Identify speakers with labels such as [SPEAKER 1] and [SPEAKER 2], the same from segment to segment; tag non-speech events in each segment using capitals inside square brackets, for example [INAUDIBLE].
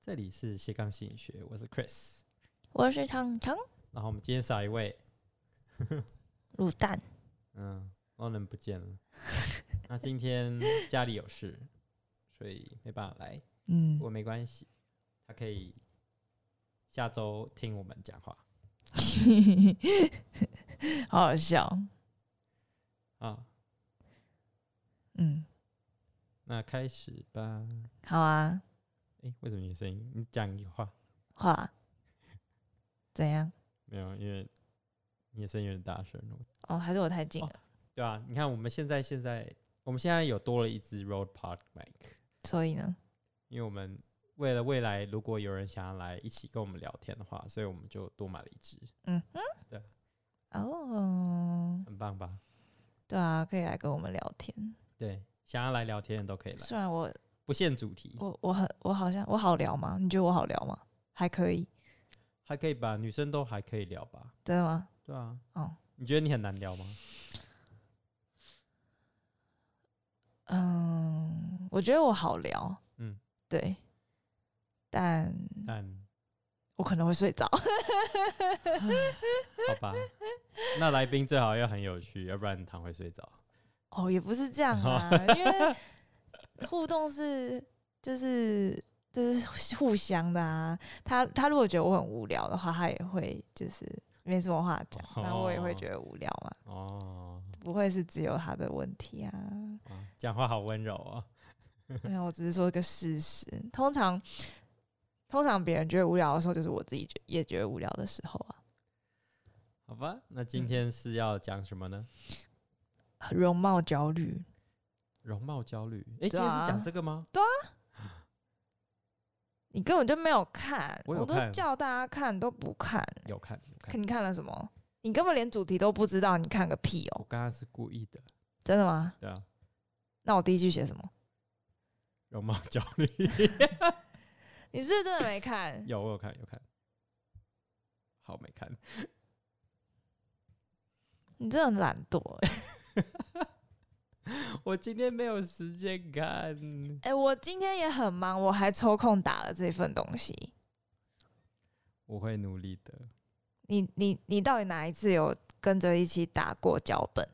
[SPEAKER 1] 这里是斜杠心理学，我是 Chris。
[SPEAKER 2] 我是糖糖
[SPEAKER 1] 然后我们今天少一位， [LAUGHS]
[SPEAKER 2] 卤蛋，
[SPEAKER 1] 嗯，哦，人不见了。那今天家里有事，所以没办法来，
[SPEAKER 2] 嗯
[SPEAKER 1] 我没关系，他可以下周听我们讲话
[SPEAKER 2] [LAUGHS] 好好笑，
[SPEAKER 1] 啊。
[SPEAKER 2] 嗯，
[SPEAKER 1] 那开始吧。
[SPEAKER 2] 好啊，
[SPEAKER 1] 诶，为什么你的声音？你讲一个话
[SPEAKER 2] 画怎样？
[SPEAKER 1] 没有？因为你的声音有点大声。
[SPEAKER 2] 哦，还是我太近了，
[SPEAKER 1] 对啊，你看我们现在现在我们现在有多了一支 Road Pod Mic，
[SPEAKER 2] 所以呢，
[SPEAKER 1] 因为我们为了未来如果有人想要来一起跟我们聊天的话，所以我们就多买了一支，
[SPEAKER 2] 嗯哼，
[SPEAKER 1] 对啊
[SPEAKER 2] 哦，
[SPEAKER 1] 很棒吧？
[SPEAKER 2] 对啊，可以来跟我们聊天。
[SPEAKER 1] 对，想要来聊天的都可以来，
[SPEAKER 2] 虽然我
[SPEAKER 1] 不限主题，
[SPEAKER 2] 啊我我很我好像我好聊吗？你觉得我好聊吗？还可以，
[SPEAKER 1] 还可以吧？女生都还可以聊吧？
[SPEAKER 2] 真的吗？
[SPEAKER 1] 对啊，
[SPEAKER 2] 哦，
[SPEAKER 1] 你觉得你很难聊吗？
[SPEAKER 2] 嗯，我觉得我好聊，
[SPEAKER 1] 嗯，
[SPEAKER 2] 对，但
[SPEAKER 1] 但
[SPEAKER 2] 我可能会睡着。
[SPEAKER 1] 好吧， [LAUGHS] 那来宾最好要很有趣，要不然躺会睡着。
[SPEAKER 2] 哦，也不是这样
[SPEAKER 1] [LAUGHS]
[SPEAKER 2] 啊，因为互动是就是就是 [LAUGHS] 互相的啊。他他如果觉得我很无聊的话，他也会就是没什么话讲，那、我也会觉得无聊嘛，
[SPEAKER 1] 哦，
[SPEAKER 2] 不会是只有他的问题
[SPEAKER 1] [LAUGHS]
[SPEAKER 2] 啊。
[SPEAKER 1] 哇讲话好温柔哦。
[SPEAKER 2] 没有，我只是说一个事实。通常通常别人觉得无聊的时候，就是我自己觉也觉得无聊的时候啊。
[SPEAKER 1] 好吧，那今
[SPEAKER 2] 嗯
[SPEAKER 1] 天是要讲什么呢？
[SPEAKER 2] 容貌焦虑，
[SPEAKER 1] 容貌焦虑。诶，今
[SPEAKER 2] 对
[SPEAKER 1] 天
[SPEAKER 2] 啊
[SPEAKER 1] 是讲这个吗？
[SPEAKER 2] 你根本就没有看，
[SPEAKER 1] 我有
[SPEAKER 2] 都
[SPEAKER 1] 看
[SPEAKER 2] 叫大家看，你都不看。
[SPEAKER 1] 有看，有看
[SPEAKER 2] 看。你看了什么？你根本连主题都不知道，你看个屁哦、
[SPEAKER 1] 我刚刚是故意的，
[SPEAKER 2] 真的吗？
[SPEAKER 1] 对啊，
[SPEAKER 2] 那我第一句写什么？
[SPEAKER 1] 容貌焦虑。
[SPEAKER 2] 你是不是真的没看？
[SPEAKER 1] 有，我有看，有看。好，没看。
[SPEAKER 2] 你真的很懒惰欸、
[SPEAKER 1] 我今天没有时间看。
[SPEAKER 2] 哎、我今天也很忙，我还抽空打了这份东西。
[SPEAKER 1] 我会努力的。
[SPEAKER 2] 你你你到底哪一次有跟着一起打过脚本？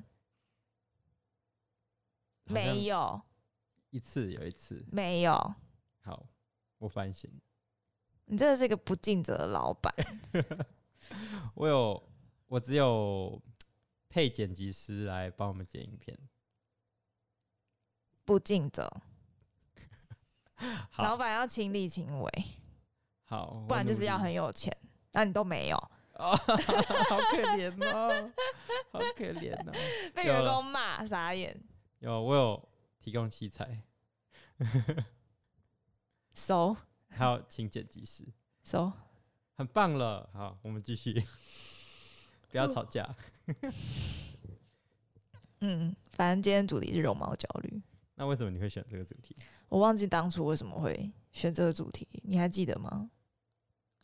[SPEAKER 2] 没
[SPEAKER 1] 有
[SPEAKER 2] 有，
[SPEAKER 1] 一次，有一次。
[SPEAKER 2] 没有。
[SPEAKER 1] 好，我反省。 [LAUGHS]
[SPEAKER 2] 你真的是一个不尽责的老板。 [LAUGHS]
[SPEAKER 1] 我有，我只有配剪辑师来帮我们剪影片。
[SPEAKER 2] 不尽责，老
[SPEAKER 1] 好，
[SPEAKER 2] 板要亲力亲为，
[SPEAKER 1] 好，我
[SPEAKER 2] 不然就是
[SPEAKER 1] 努
[SPEAKER 2] 要
[SPEAKER 1] 力
[SPEAKER 2] 很有钱。那你都没有，
[SPEAKER 1] 哦，好可怜哦，好可怜哦。
[SPEAKER 2] [LAUGHS] 被
[SPEAKER 1] 有
[SPEAKER 2] 员
[SPEAKER 1] 了
[SPEAKER 2] 工骂傻眼。
[SPEAKER 1] 有，我有提供器材， [LAUGHS]
[SPEAKER 2] 收
[SPEAKER 1] 还有请剪辑师，
[SPEAKER 2] 收，
[SPEAKER 1] 很棒了。好，我们继续， [LAUGHS] 不要吵架。
[SPEAKER 2] 嗯，反正今天主题是容貌焦虑。
[SPEAKER 1] 那为什么你会选这个主题？
[SPEAKER 2] 我忘记当初为什么会选这个主题，你还记得吗？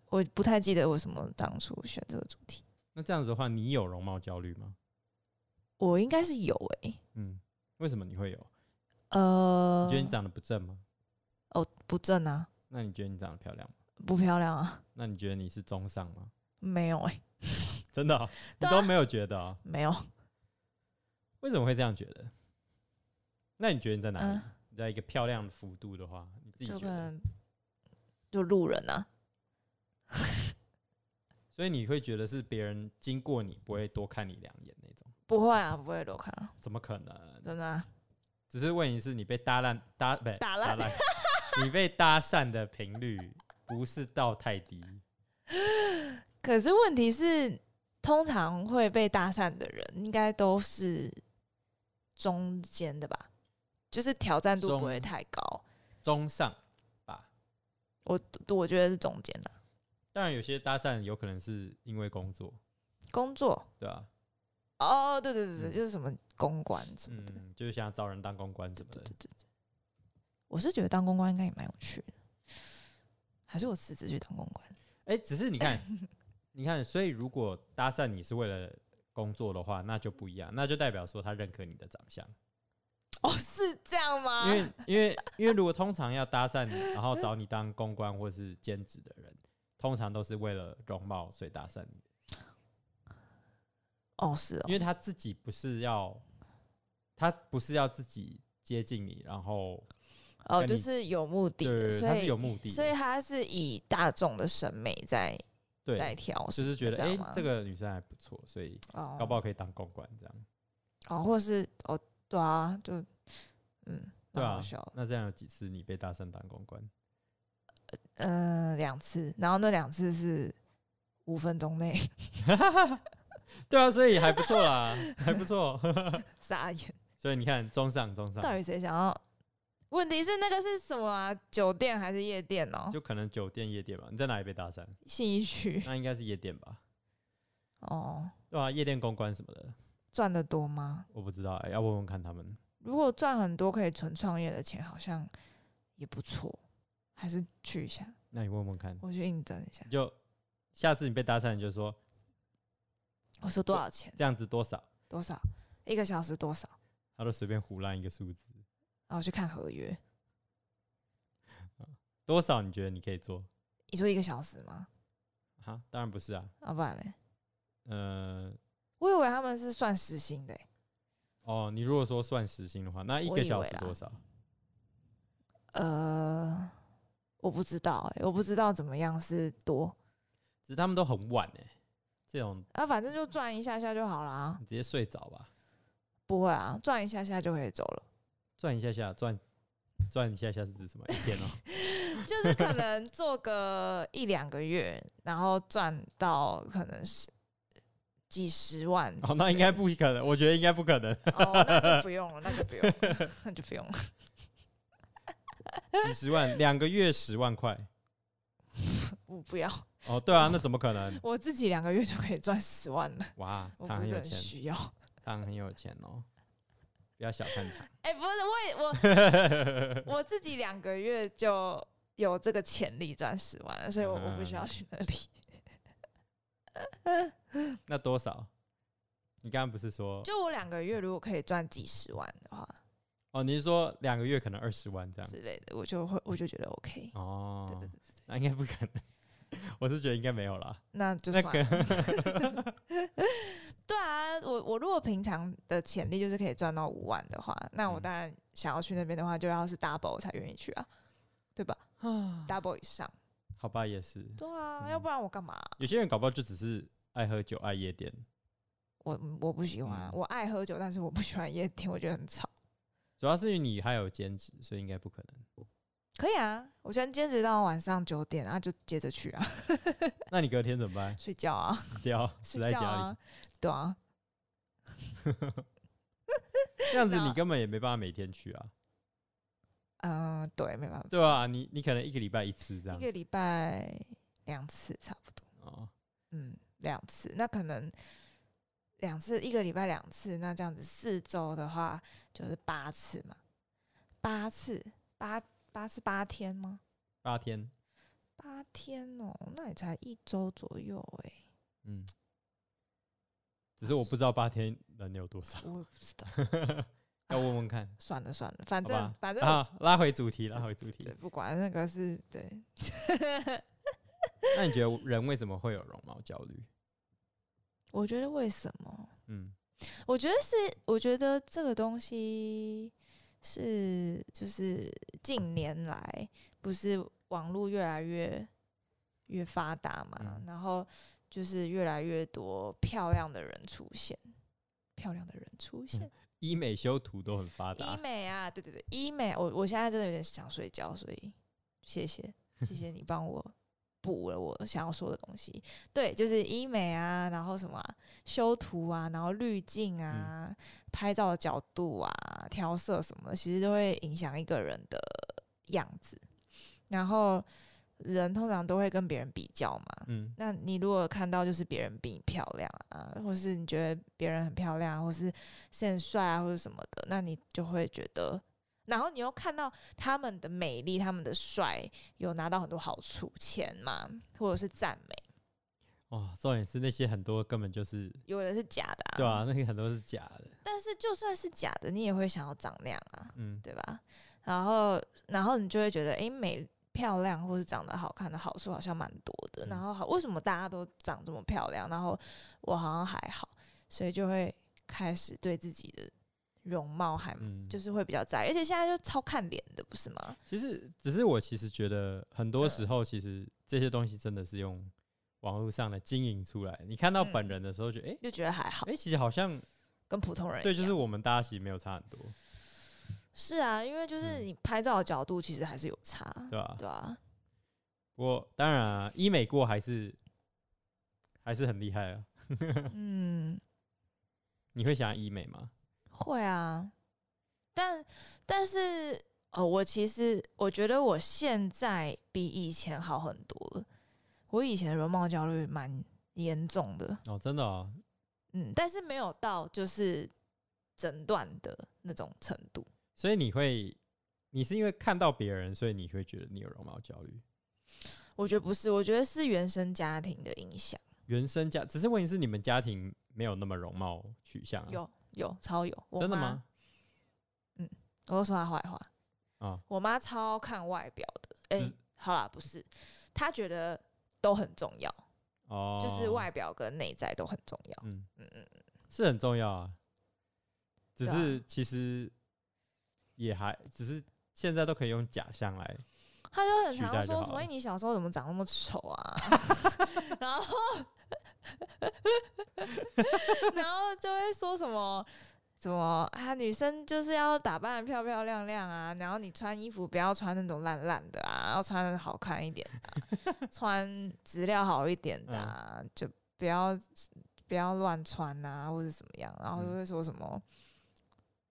[SPEAKER 2] 我不太记得为什么当初选这个主题，
[SPEAKER 1] 那这样子的话，你有容貌焦虑吗？
[SPEAKER 2] 我应该是有诶、
[SPEAKER 1] 嗯，为什么你会有？
[SPEAKER 2] 呃
[SPEAKER 1] 你，觉得你长得不正吗？
[SPEAKER 2] 哦不正啊，
[SPEAKER 1] 那你觉得你长得漂亮吗？
[SPEAKER 2] 不漂亮啊，
[SPEAKER 1] 那你觉得你是中上吗？
[SPEAKER 2] 没有诶、
[SPEAKER 1] 真的哦、你
[SPEAKER 2] 对啊
[SPEAKER 1] 都没有觉得哦、
[SPEAKER 2] 没有，
[SPEAKER 1] 为什么会这样觉得？那你觉得你在哪里？
[SPEAKER 2] 嗯
[SPEAKER 1] 你在一个漂亮的幅度的话，你自己
[SPEAKER 2] 就
[SPEAKER 1] 觉
[SPEAKER 2] 可
[SPEAKER 1] 得？
[SPEAKER 2] 能就路人啊， [LAUGHS]
[SPEAKER 1] 所以你会觉得是别人经过你不会多看你两眼那种？
[SPEAKER 2] 不会啊，不会多看啊，
[SPEAKER 1] 怎么可能？
[SPEAKER 2] 真的、啊，
[SPEAKER 1] 只是问题是你被搭讪搭不是
[SPEAKER 2] 打烂 [LAUGHS]
[SPEAKER 1] 你被搭讪的频率不是到太低，
[SPEAKER 2] 可是问题是，通常会被搭讪的人应该都是中间的吧，就是挑战度不会
[SPEAKER 1] 中
[SPEAKER 2] 太高，
[SPEAKER 1] 中上。
[SPEAKER 2] 我我觉得是中间的
[SPEAKER 1] 当然，有些搭讪有可能是因为工作，
[SPEAKER 2] 工作。
[SPEAKER 1] 对吧、
[SPEAKER 2] 哦，对对对
[SPEAKER 1] 嗯
[SPEAKER 2] 对，就是什么公关什么的。
[SPEAKER 1] 嗯，就是想找人当公关什么
[SPEAKER 2] 对
[SPEAKER 1] 的
[SPEAKER 2] 对。对对，我是觉得当公关应该也蛮有趣的，还是我辞职去当公关？
[SPEAKER 1] 哎、只是你看， [COUGHS] 你看，所以如果搭讪你是为了工作的话，那就不一样，那就代表说他认可你的长相。
[SPEAKER 2] [LAUGHS] 哦，是这样吗？
[SPEAKER 1] 因为因为因为如果通常要搭讪你，然后找你当公关或是兼职的人，通常都是为了容貌所以搭讪你，
[SPEAKER 2] 哦是哦
[SPEAKER 1] 因，为他自己不是要，他不是要自己接近你，然后
[SPEAKER 2] 哦
[SPEAKER 1] 跟
[SPEAKER 2] 就
[SPEAKER 1] 你
[SPEAKER 2] 是有目的的，
[SPEAKER 1] 对，
[SPEAKER 2] 所
[SPEAKER 1] 他
[SPEAKER 2] 以
[SPEAKER 1] 是有目的的，
[SPEAKER 2] 所以他是以大众的审美在
[SPEAKER 1] 对，
[SPEAKER 2] 在挑，
[SPEAKER 1] 就是觉得
[SPEAKER 2] 这样
[SPEAKER 1] 哎、诶
[SPEAKER 2] 吗
[SPEAKER 1] 这个女生还不错，所以
[SPEAKER 2] 哦，
[SPEAKER 1] 搞不好可以当公关这样，
[SPEAKER 2] 哦，或是哦，对啊，就嗯，
[SPEAKER 1] 对
[SPEAKER 2] 蛮好
[SPEAKER 1] 啊
[SPEAKER 2] 笑的。
[SPEAKER 1] 那这样有几次你被搭讪当公关？ [LAUGHS]
[SPEAKER 2] 嗯，两次，然后那两次是五分钟内 [LAUGHS]
[SPEAKER 1] 对啊，所以还不错啦，还不错。
[SPEAKER 2] 傻眼，
[SPEAKER 1] 所以你看，中上中
[SPEAKER 2] [LAUGHS]
[SPEAKER 1] 上，
[SPEAKER 2] 到底谁想要？问题是那个是什么啊？酒店还是夜店哦？
[SPEAKER 1] 就可能酒店、夜店吧。你在哪里被搭讪？
[SPEAKER 2] 信义区
[SPEAKER 1] 那应该是夜店吧？
[SPEAKER 2] 哦，
[SPEAKER 1] 对啊，夜店公关什么的，
[SPEAKER 2] 赚的多吗？
[SPEAKER 1] 我不知道、欸，要问问看他们。
[SPEAKER 2] 如果赚很多可以存创业的钱，好像也不错，还是去一下，
[SPEAKER 1] 那你问问看，
[SPEAKER 2] 我去应征一下。
[SPEAKER 1] 就下次你被搭讪，你就说
[SPEAKER 2] 我说多少钱？
[SPEAKER 1] 这样子多少，
[SPEAKER 2] 多少？一个小时多少？
[SPEAKER 1] 他都随便胡乱一个数字，
[SPEAKER 2] 然后去看合约。
[SPEAKER 1] 多少你觉得你可以做？
[SPEAKER 2] 你说一个小时吗？
[SPEAKER 1] 哈，当然不是啊，
[SPEAKER 2] 要、不然嘞？
[SPEAKER 1] 呃，
[SPEAKER 2] 我以为他们是算时薪的欸、
[SPEAKER 1] 哦，你如果说算时薪的话，那一
[SPEAKER 2] 我
[SPEAKER 1] 个
[SPEAKER 2] 以
[SPEAKER 1] 小
[SPEAKER 2] 为啊
[SPEAKER 1] 时
[SPEAKER 2] 啦
[SPEAKER 1] 多少？
[SPEAKER 2] 呃，我不知道、欸，我不知道怎么样是多
[SPEAKER 1] 只是他们都很晚哎、这种
[SPEAKER 2] 啊，反正就转一下下就好啦。
[SPEAKER 1] 你直接睡着吧，
[SPEAKER 2] 不会啊，转一下下就可以走了，
[SPEAKER 1] 转一下下，转转一下下是指什么？一
[SPEAKER 2] [LAUGHS]
[SPEAKER 1] 天哦、
[SPEAKER 2] [LAUGHS] 就是可能做个一两个月，然后赚到可能是几十万之类
[SPEAKER 1] 哦，
[SPEAKER 2] 的。
[SPEAKER 1] 那应该不可能，我觉得应该不可
[SPEAKER 2] [LAUGHS]
[SPEAKER 1] 能，
[SPEAKER 2] 哦，那就不用了，那就不用了，那就不用了。
[SPEAKER 1] 几十万，两个月十万块。
[SPEAKER 2] 我不要，
[SPEAKER 1] 哦，对啊，那怎么可能？
[SPEAKER 2] 我自己两个月就可以赚十万了，
[SPEAKER 1] 哇，
[SPEAKER 2] 我
[SPEAKER 1] 他
[SPEAKER 2] 不
[SPEAKER 1] 很
[SPEAKER 2] 是
[SPEAKER 1] 有
[SPEAKER 2] 很
[SPEAKER 1] 钱，
[SPEAKER 2] 需要。
[SPEAKER 1] 他很有钱哦，不要小看
[SPEAKER 2] [LAUGHS]
[SPEAKER 1] 他。
[SPEAKER 2] 哎、不是，我也我我自己两个月就有这个潜力赚十万了，所以我我不需要去那 [LAUGHS] 里。
[SPEAKER 1] 那多少？你刚刚不是说
[SPEAKER 2] 就我两个月如果可以赚几十万的话
[SPEAKER 1] 哦？你是说两个月可能二十万这样？
[SPEAKER 2] 之类的，我就会我就觉得 OK。
[SPEAKER 1] 哦，
[SPEAKER 2] 对对对，
[SPEAKER 1] 那应该不可能。 [LAUGHS] 我是觉得应该没有啦。
[SPEAKER 2] 那就
[SPEAKER 1] 那
[SPEAKER 2] 算
[SPEAKER 1] 个
[SPEAKER 2] 了。 [LAUGHS]
[SPEAKER 1] [LAUGHS]
[SPEAKER 2] 对啊，我我如果平常的潜力就是可以赚到五万的话，那我
[SPEAKER 1] 嗯
[SPEAKER 2] 当然想要去那边的话，就要是 double 才愿意去啊，对吧
[SPEAKER 1] 啊，
[SPEAKER 2] ？double 以上。
[SPEAKER 1] 好吧，也是。
[SPEAKER 2] 嗯对啊，
[SPEAKER 1] 嗯
[SPEAKER 2] 要不然我干嘛？
[SPEAKER 1] 有些人搞不好就只是爱喝酒、爱夜店。
[SPEAKER 2] 我我不喜欢啊，
[SPEAKER 1] 嗯
[SPEAKER 2] 我爱喝酒，但是我不喜欢夜店，我觉得很吵。
[SPEAKER 1] 主要是因为你还有兼职，所以应该不可能。
[SPEAKER 2] 可以啊，我先兼职到晚上九点，然、后就接着去啊， [LAUGHS]
[SPEAKER 1] 那你隔天怎么办？
[SPEAKER 2] 睡觉啊，
[SPEAKER 1] 死掉，死
[SPEAKER 2] 睡
[SPEAKER 1] 在
[SPEAKER 2] 觉
[SPEAKER 1] 家里
[SPEAKER 2] 啊，，对啊，
[SPEAKER 1] 这样子
[SPEAKER 2] 那
[SPEAKER 1] 你根本也没办法每天去啊，
[SPEAKER 2] 嗯、对，没办法，
[SPEAKER 1] 对吧、啊？你你可能一个礼拜一次这样
[SPEAKER 2] 一个礼拜两次差不多，
[SPEAKER 1] 哦，
[SPEAKER 2] 嗯，两次，那可能两次，一个礼拜两次，那这样子四周的话就是八次嘛，八次，八八次八天吗？
[SPEAKER 1] 八天，
[SPEAKER 2] 八天哦，那也才一周左右欸诶、
[SPEAKER 1] [LAUGHS] 嗯，只是我不知道八天人有多少， [LAUGHS]
[SPEAKER 2] 我也不知道，
[SPEAKER 1] 要问问
[SPEAKER 2] [LAUGHS]
[SPEAKER 1] 看。
[SPEAKER 2] 算了算了，反
[SPEAKER 1] 好
[SPEAKER 2] 正
[SPEAKER 1] 吧，
[SPEAKER 2] 反正我
[SPEAKER 1] 啊，拉回主题，拉回主
[SPEAKER 2] 对
[SPEAKER 1] 题。
[SPEAKER 2] 不管那个是对。 [LAUGHS]
[SPEAKER 1] [LAUGHS] 那你觉得人为什么会有容貌焦虑？
[SPEAKER 2] 我觉得为什么？
[SPEAKER 1] 嗯，
[SPEAKER 2] 我觉得是，我觉得这个东西是就是近年来不是网络越来越越发达嘛，
[SPEAKER 1] 嗯
[SPEAKER 2] 然后就是越来越多漂亮的人出现，漂亮的人出现，
[SPEAKER 1] 医美修图都很发
[SPEAKER 2] 医
[SPEAKER 1] 达，
[SPEAKER 2] 美啊，对对对，医美，我我现在真的有点想睡觉，所以
[SPEAKER 1] [LAUGHS]
[SPEAKER 2] 谢谢谢谢你帮我补了我想要说的东西。对，就是医美啊，然后什么啊、修图啊，然后滤镜啊、
[SPEAKER 1] 嗯
[SPEAKER 2] 拍照的角度啊、调色什么的，其实都会影响一个人的样子。然后人通常都会跟别人比较嘛，
[SPEAKER 1] 嗯，
[SPEAKER 2] 那你如果看到就是别人比你漂亮啊，或是你觉得别人很漂亮，或是是很帅啊，或者什么的，那你就会觉得，然后你又看到他们的美丽、他们的帅，有拿到很多好处，钱嘛，或者是赞美，
[SPEAKER 1] 哦，重点是那些很多根本就是
[SPEAKER 2] 有的是假的、啊，
[SPEAKER 1] 对啊，那个很多是假的，
[SPEAKER 2] 但是就算是假的，你也会想要长那样啊，
[SPEAKER 1] 嗯，
[SPEAKER 2] 对吧？然后，然后你就会觉得，诶，美、漂亮或是长得好看的好处好像蛮多的。
[SPEAKER 1] 嗯
[SPEAKER 2] 然后好，为什么大家都长这么漂亮，然后我好像还好，所以就会开始对自己的容貌还、
[SPEAKER 1] 嗯，
[SPEAKER 2] 啊就是会比较在意，而且现在就超看脸的，不是吗？
[SPEAKER 1] 其实只是我其实觉得很多
[SPEAKER 2] 呃
[SPEAKER 1] 时候，其实这些东西真的是用网络上的经营出来。你看到本
[SPEAKER 2] 嗯
[SPEAKER 1] 人的时候，觉得诶
[SPEAKER 2] 就觉得还好，
[SPEAKER 1] 诶，其实好像
[SPEAKER 2] 跟普通人
[SPEAKER 1] 对，
[SPEAKER 2] 一
[SPEAKER 1] 就是
[SPEAKER 2] 样
[SPEAKER 1] 我们大家其实没有差很多，
[SPEAKER 2] 是啊，因为就是
[SPEAKER 1] 嗯
[SPEAKER 2] 你拍照的角度其实还是有差，
[SPEAKER 1] 对吧？
[SPEAKER 2] 对啊，
[SPEAKER 1] 不过当然、啊，医美过还是还是很厉害啊。
[SPEAKER 2] 嗯。
[SPEAKER 1] 你会想要医美吗？
[SPEAKER 2] 会啊，但但是呃，我其实我觉得我现在比以前好很多了。我以前的容貌焦虑蛮严重的，
[SPEAKER 1] 哦，真的哦，
[SPEAKER 2] 嗯，但是没有到就是诊断的那种程度。
[SPEAKER 1] 所以你会，你是因为看到别人，所以你会觉得你有容貌焦虑。
[SPEAKER 2] 我觉得不是，我觉得是原生家庭的影响，
[SPEAKER 1] 原生家只是问题是你们家庭没有那么容貌取向、啊，
[SPEAKER 2] 有有超有。我
[SPEAKER 1] 真的
[SPEAKER 2] 妈
[SPEAKER 1] 吗？？
[SPEAKER 2] 我都说她坏话
[SPEAKER 1] 啊
[SPEAKER 2] 我妈超看外表的，哎、
[SPEAKER 1] 只
[SPEAKER 2] 好啦，不是，她觉得都很重要，
[SPEAKER 1] 哦，
[SPEAKER 2] 就是外表跟内在都很重要。
[SPEAKER 1] 嗯
[SPEAKER 2] 嗯嗯嗯，
[SPEAKER 1] 是很重要啊，只
[SPEAKER 2] 对啊
[SPEAKER 1] 是其实也还只是现在都可以用假象来，
[SPEAKER 2] 他就很
[SPEAKER 1] 取
[SPEAKER 2] 常
[SPEAKER 1] 代就
[SPEAKER 2] 说
[SPEAKER 1] 好
[SPEAKER 2] 什么
[SPEAKER 1] 了
[SPEAKER 2] 哎：“你小时候怎么长那么丑啊？” [LAUGHS] 然后，然后就会说什么什么啊，女生就是要打扮得漂漂亮亮啊，然后你穿衣服不要穿那种烂烂的啊，要穿得好看一点的啊、穿质量好一点的、啊，
[SPEAKER 1] 嗯
[SPEAKER 2] 就不要不要乱穿啊，或者怎么样。然后就
[SPEAKER 1] 嗯
[SPEAKER 2] 会说什么、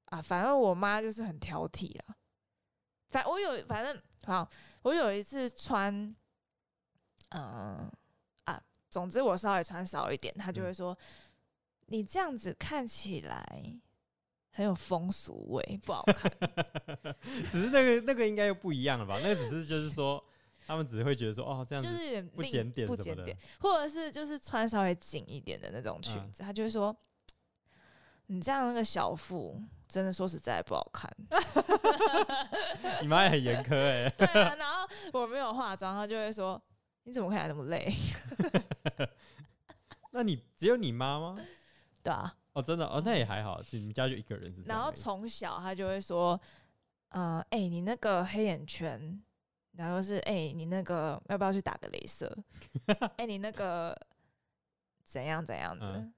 [SPEAKER 2] 啊，反正我妈就是很挑剔啦。反我有反正好，我有一次穿，嗯、啊，总之我稍微穿少一点，她
[SPEAKER 1] 嗯
[SPEAKER 2] 就会说、你这样子看起来很有风俗味，不好
[SPEAKER 1] [LAUGHS]
[SPEAKER 2] 看。
[SPEAKER 1] 只是那个那个应该又不一样了吧？那个只是就是说，他们只会觉得说哦这样
[SPEAKER 2] 就
[SPEAKER 1] 子
[SPEAKER 2] 是有点
[SPEAKER 1] 不
[SPEAKER 2] 另
[SPEAKER 1] 检点
[SPEAKER 2] 不
[SPEAKER 1] 什么
[SPEAKER 2] 检
[SPEAKER 1] 的
[SPEAKER 2] 点，或者是就是穿稍微紧一点的那种裙
[SPEAKER 1] 嗯
[SPEAKER 2] 子，他就会说，你这样那个小腹真的说实在不好
[SPEAKER 1] [LAUGHS]
[SPEAKER 2] 看。
[SPEAKER 1] 你妈也很严苛哎、
[SPEAKER 2] [LAUGHS] 对啊，然后我没有化妆，他就会说，你怎么看起来那么累？
[SPEAKER 1] 那你只有你妈吗？
[SPEAKER 2] 对啊，
[SPEAKER 1] 哦，真的哦，那也还好，是你们家就一个人是这样而已。
[SPEAKER 2] 然后从小他就会说，嗯、哎、你那个黑眼圈。然后是哎、你那个要不要去打个镭射？哎、你那个怎样怎样的，
[SPEAKER 1] 嗯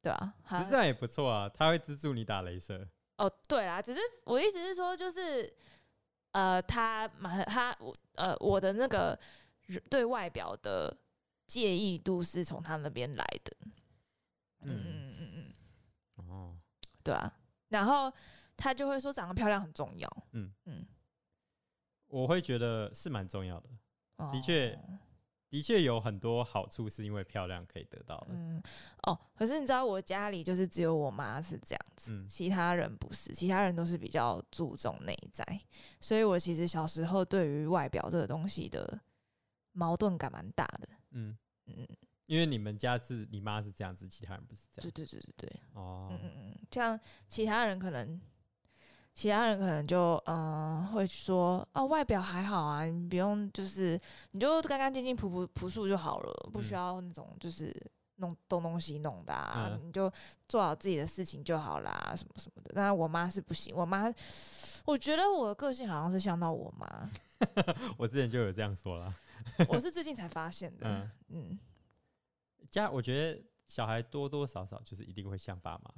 [SPEAKER 2] 对啊，
[SPEAKER 1] 其
[SPEAKER 2] 他
[SPEAKER 1] 实这样也不错啊，他会资助你打镭射。
[SPEAKER 2] 哦，对啦，只是我意思是说，就是呃，他蛮他我呃我的那个人对外表的介意度是从他那边来的，嗯
[SPEAKER 1] 嗯，
[SPEAKER 2] 嗯嗯嗯，
[SPEAKER 1] 哦，
[SPEAKER 2] 对啊，然后他就会说长得漂亮很重要，
[SPEAKER 1] 我会觉得是蛮重要的，
[SPEAKER 2] 哦
[SPEAKER 1] 的确的确有很多好处是因为漂亮可以得到的。
[SPEAKER 2] 嗯哦，可是你知道我家里就是只有我妈是这样子，
[SPEAKER 1] 嗯
[SPEAKER 2] 其他人不是，其他人都是比较注重内在，所以我其实小时候对于外表这个东西的矛盾感蛮大的，
[SPEAKER 1] 嗯，
[SPEAKER 2] 嗯。
[SPEAKER 1] 因为你们家是你妈是这样子，其他人不是这
[SPEAKER 2] 对
[SPEAKER 1] 样。
[SPEAKER 2] 对对对对，
[SPEAKER 1] 哦
[SPEAKER 2] 嗯，嗯嗯，像其他人可能，其他人可能就嗯、呃会说哦，外表还好啊，你不用就是你就干干净净、朴朴朴素就好了，不需
[SPEAKER 1] 嗯
[SPEAKER 2] 要那种就是弄东东西弄的、啊，
[SPEAKER 1] 嗯
[SPEAKER 2] 你就做好自己的事情就好啦，什么什么的。那我妈是不行，我妈我觉得我的个性好像是像到我
[SPEAKER 1] [LAUGHS]
[SPEAKER 2] 妈，嗯
[SPEAKER 1] 我之前就有这样说啦。
[SPEAKER 2] 我是最近才发现的，
[SPEAKER 1] 嗯，
[SPEAKER 2] 嗯
[SPEAKER 1] 家我觉得小孩多多少少就是一定会像爸妈。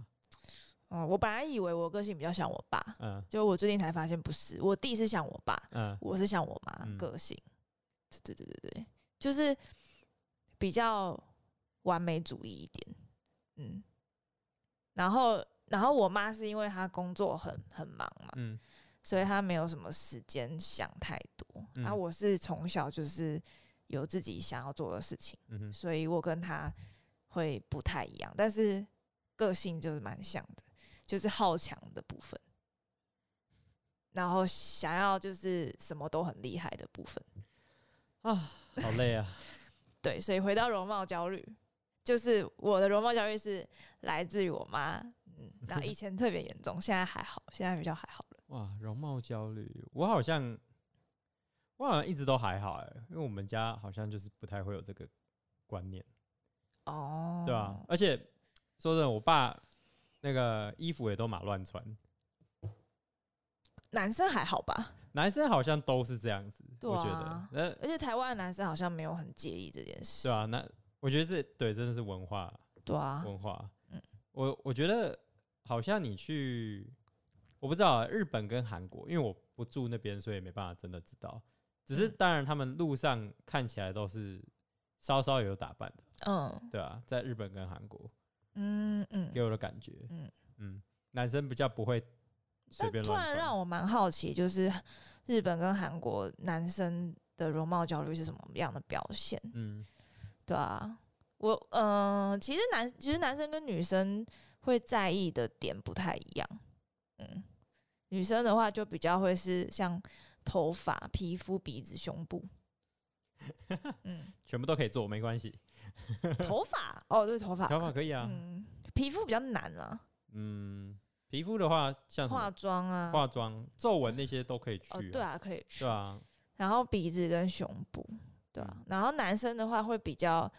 [SPEAKER 2] 嗯，我本来以为我个性比较像我爸，
[SPEAKER 1] 嗯
[SPEAKER 2] 就我最近才发现不是，我弟是像我爸。
[SPEAKER 1] 嗯
[SPEAKER 2] 我是像我妈
[SPEAKER 1] 嗯
[SPEAKER 2] 个性，对对对对对，就是比较完美主义一点，嗯。然后，然后我妈是因为她工作很很忙嘛，
[SPEAKER 1] 嗯
[SPEAKER 2] 所以她没有什么时间想太多。
[SPEAKER 1] 嗯
[SPEAKER 2] 啊，我是从小就是有自己想要做的事情，
[SPEAKER 1] 嗯哼，
[SPEAKER 2] 所以我跟她会不太一样，但是个性就是蛮像的，就是好强的部分。然后想要就是什么都很厉害的部分，
[SPEAKER 1] 好累啊。
[SPEAKER 2] 对，所以回到容貌焦虑，就是我的容貌焦虑是来自于我妈，嗯，然后以前特别严重，现在还好，现在比较还好了。
[SPEAKER 1] 哇，容貌焦虑，我好像我好像一直都还好哎、因为我们家好像就是不太会有这个观念，
[SPEAKER 2] 哦，
[SPEAKER 1] 对啊，而且说真的，我爸那个衣服也都马乱穿，
[SPEAKER 2] 男生还好吧？
[SPEAKER 1] 男生好像都是这样子，
[SPEAKER 2] 对
[SPEAKER 1] 我觉
[SPEAKER 2] 啊
[SPEAKER 1] 得，那
[SPEAKER 2] 而且台湾的男生好像没有很介意这件事。
[SPEAKER 1] 对，啊，那我觉得这对真的是文化
[SPEAKER 2] 对啊，
[SPEAKER 1] 文化，
[SPEAKER 2] 嗯
[SPEAKER 1] 我我觉得好像你去，我不知道日本跟韩国，因为我不住那边，所以没办法真的知道。只是
[SPEAKER 2] 嗯
[SPEAKER 1] 当然，他们路上看起来都是稍稍有打扮的，
[SPEAKER 2] 嗯
[SPEAKER 1] 对啊，在日本跟韩国
[SPEAKER 2] 嗯嗯。
[SPEAKER 1] 给我的感觉，嗯
[SPEAKER 2] 嗯
[SPEAKER 1] 男生比较不会随
[SPEAKER 2] 那
[SPEAKER 1] 便
[SPEAKER 2] 突
[SPEAKER 1] 乱
[SPEAKER 2] 然
[SPEAKER 1] 穿。
[SPEAKER 2] 让我蛮好奇，就是 [LAUGHS] 日本跟韩国男生的容貌焦虑是什么样的表现？
[SPEAKER 1] 嗯，
[SPEAKER 2] 对啊，我嗯、呃其实男其实男生跟女生会在意的点不太一样。嗯，女生的话就比较会是像头发、皮肤、鼻子、胸
[SPEAKER 1] [LAUGHS]
[SPEAKER 2] 部。嗯，
[SPEAKER 1] 全部都可以做，没关系，
[SPEAKER 2] 头发哦，对，头发，
[SPEAKER 1] 头发可以啊，
[SPEAKER 2] 嗯，皮肤比较难啊，
[SPEAKER 1] 嗯，皮肤的话像什
[SPEAKER 2] 化
[SPEAKER 1] 么
[SPEAKER 2] 妆啊，
[SPEAKER 1] 化妆、皱纹那些都可以去、
[SPEAKER 2] 哦，对，啊，可以去
[SPEAKER 1] 对。啊，
[SPEAKER 2] 然后鼻子跟胸部，对
[SPEAKER 1] 嗯
[SPEAKER 2] 啊。然后男生的话会比较，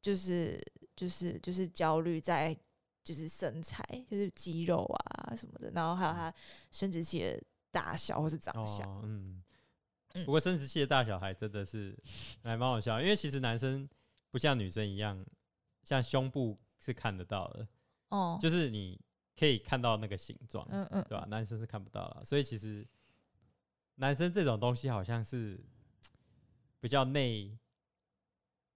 [SPEAKER 2] 就是就是就是焦虑在就是身材，就是肌肉啊什么的，然后还有他生殖器的大小或是长相。
[SPEAKER 1] 嗯哦、嗯，
[SPEAKER 2] 嗯
[SPEAKER 1] 不过生殖器的大小还真的
[SPEAKER 2] [LAUGHS]
[SPEAKER 1] 是还蛮好笑，因为其实男生不像女生一样，像胸部是看得到的，
[SPEAKER 2] 哦，
[SPEAKER 1] 就是你可以看到那个形状，
[SPEAKER 2] 嗯嗯，
[SPEAKER 1] 对吧、男生是看不到了，所以其实男生这种东西好像是比较内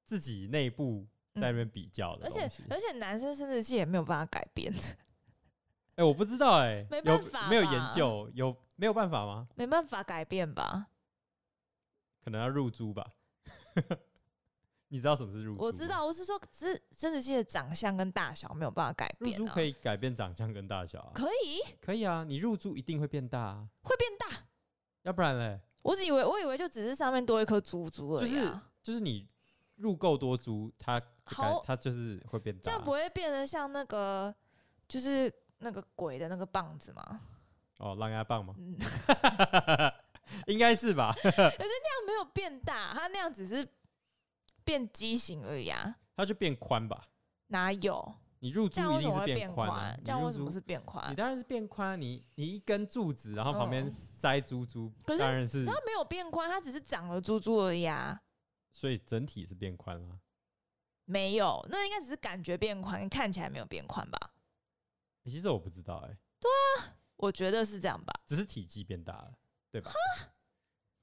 [SPEAKER 1] 自己内部在那
[SPEAKER 2] 嗯
[SPEAKER 1] 边比较的
[SPEAKER 2] 而且
[SPEAKER 1] 东西。哎、
[SPEAKER 2] 而且男生生殖器也没有办法改变，
[SPEAKER 1] 我不知道哎、
[SPEAKER 2] 没
[SPEAKER 1] 有
[SPEAKER 2] 办法
[SPEAKER 1] 没有
[SPEAKER 2] 吧
[SPEAKER 1] 研究，有没有办法吗？
[SPEAKER 2] 没办法改变吧？
[SPEAKER 1] 可能要入珠吧。 [LAUGHS] 你知道什么是入珠吗？
[SPEAKER 2] 我知道，我是说，只是生殖器的长相跟大小没有办法改
[SPEAKER 1] 入
[SPEAKER 2] 变
[SPEAKER 1] 珠
[SPEAKER 2] 啊。
[SPEAKER 1] 可以改变长相跟大小啊，
[SPEAKER 2] 可以
[SPEAKER 1] 可以啊，你入珠一定会变大啊，
[SPEAKER 2] 会变大，
[SPEAKER 1] 要不然嘞，
[SPEAKER 2] 我只以为我以为就只是上面多一颗珠珠而
[SPEAKER 1] 就
[SPEAKER 2] 已、
[SPEAKER 1] 是
[SPEAKER 2] 啊。
[SPEAKER 1] 就是你入够多珠，它改
[SPEAKER 2] 好
[SPEAKER 1] 它就是会变
[SPEAKER 2] 这
[SPEAKER 1] 大
[SPEAKER 2] 样
[SPEAKER 1] 啊
[SPEAKER 2] 不会变得像那个就是那个鬼的那个棒子吗？
[SPEAKER 1] 哦，狼牙棒吗？
[SPEAKER 2] 嗯， [LAUGHS]
[SPEAKER 1] 应该是吧，
[SPEAKER 2] 那样没有变大，它那样只是变畸形而已啊，
[SPEAKER 1] 它就变宽吧。
[SPEAKER 2] 哪有？
[SPEAKER 1] 你入珠
[SPEAKER 2] 这样
[SPEAKER 1] 一
[SPEAKER 2] 为什
[SPEAKER 1] 定
[SPEAKER 2] 么
[SPEAKER 1] 是
[SPEAKER 2] 会
[SPEAKER 1] 宽啊、
[SPEAKER 2] 宽
[SPEAKER 1] 你？
[SPEAKER 2] 这样
[SPEAKER 1] 入
[SPEAKER 2] 为什么
[SPEAKER 1] 珠
[SPEAKER 2] 是变宽
[SPEAKER 1] 你？当然是变宽啊，你你一根柱子，然后旁边
[SPEAKER 2] 嗯
[SPEAKER 1] 塞珠珠，
[SPEAKER 2] 可是
[SPEAKER 1] 当然是，
[SPEAKER 2] 它没有变宽，它只是长了珠珠而已啊，
[SPEAKER 1] 所以整体是变宽啊了。
[SPEAKER 2] 没有，那应该只是感觉变宽，看起来没有变宽吧？
[SPEAKER 1] 欸其实我不知道哎、
[SPEAKER 2] 我觉得是这样吧？
[SPEAKER 1] 只是体积变大了，对吧？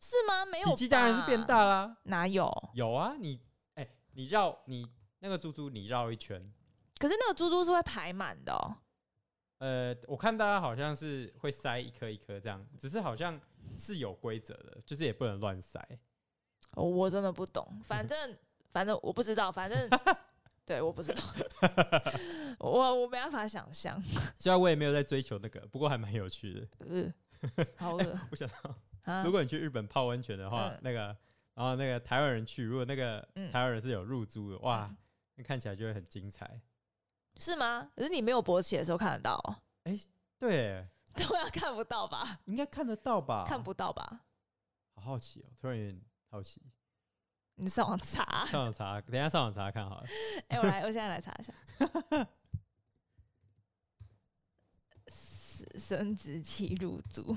[SPEAKER 2] 是吗？没有，
[SPEAKER 1] 体积当然是变大，啦。
[SPEAKER 2] 哪有？
[SPEAKER 1] 有啊，你哎、你绕你那个猪猪，你绕一圈。
[SPEAKER 2] 可是那个珠珠是会排满的哦。
[SPEAKER 1] 呃，我看大家好像是会塞一颗一颗这样，只是好像是有规则的，就是也不能乱塞。
[SPEAKER 2] 哦我真的不懂，反正反正我不知道，反
[SPEAKER 1] [LAUGHS]
[SPEAKER 2] 正对我不知道， [LAUGHS] 我我没办法想象，
[SPEAKER 1] 虽然我也没有在追求那个，不过还蛮有趣的。
[SPEAKER 2] 呃，好
[SPEAKER 1] [LAUGHS]
[SPEAKER 2] 恶
[SPEAKER 1] 我想到，
[SPEAKER 2] 啊
[SPEAKER 1] 如！果你去日本泡温泉的话，
[SPEAKER 2] 嗯
[SPEAKER 1] 那个然后那个台湾人去，如果那个
[SPEAKER 2] 嗯
[SPEAKER 1] 台湾人是有入租的，哇
[SPEAKER 2] 嗯，
[SPEAKER 1] 那看起来就会很精彩。
[SPEAKER 2] 是吗？可是你没有勃起的时候看得到、哦， [LAUGHS]
[SPEAKER 1] 对，
[SPEAKER 2] 对啊，看不到吧？
[SPEAKER 1] 应该看得到吧？
[SPEAKER 2] 看，不到吧？
[SPEAKER 1] 好好奇哦，突然有点好奇。
[SPEAKER 2] 你上网查，
[SPEAKER 1] 上网查，等一下上网查看好了。
[SPEAKER 2] 哎、我来，我现在来查一下。 [LAUGHS] 是生殖器入住，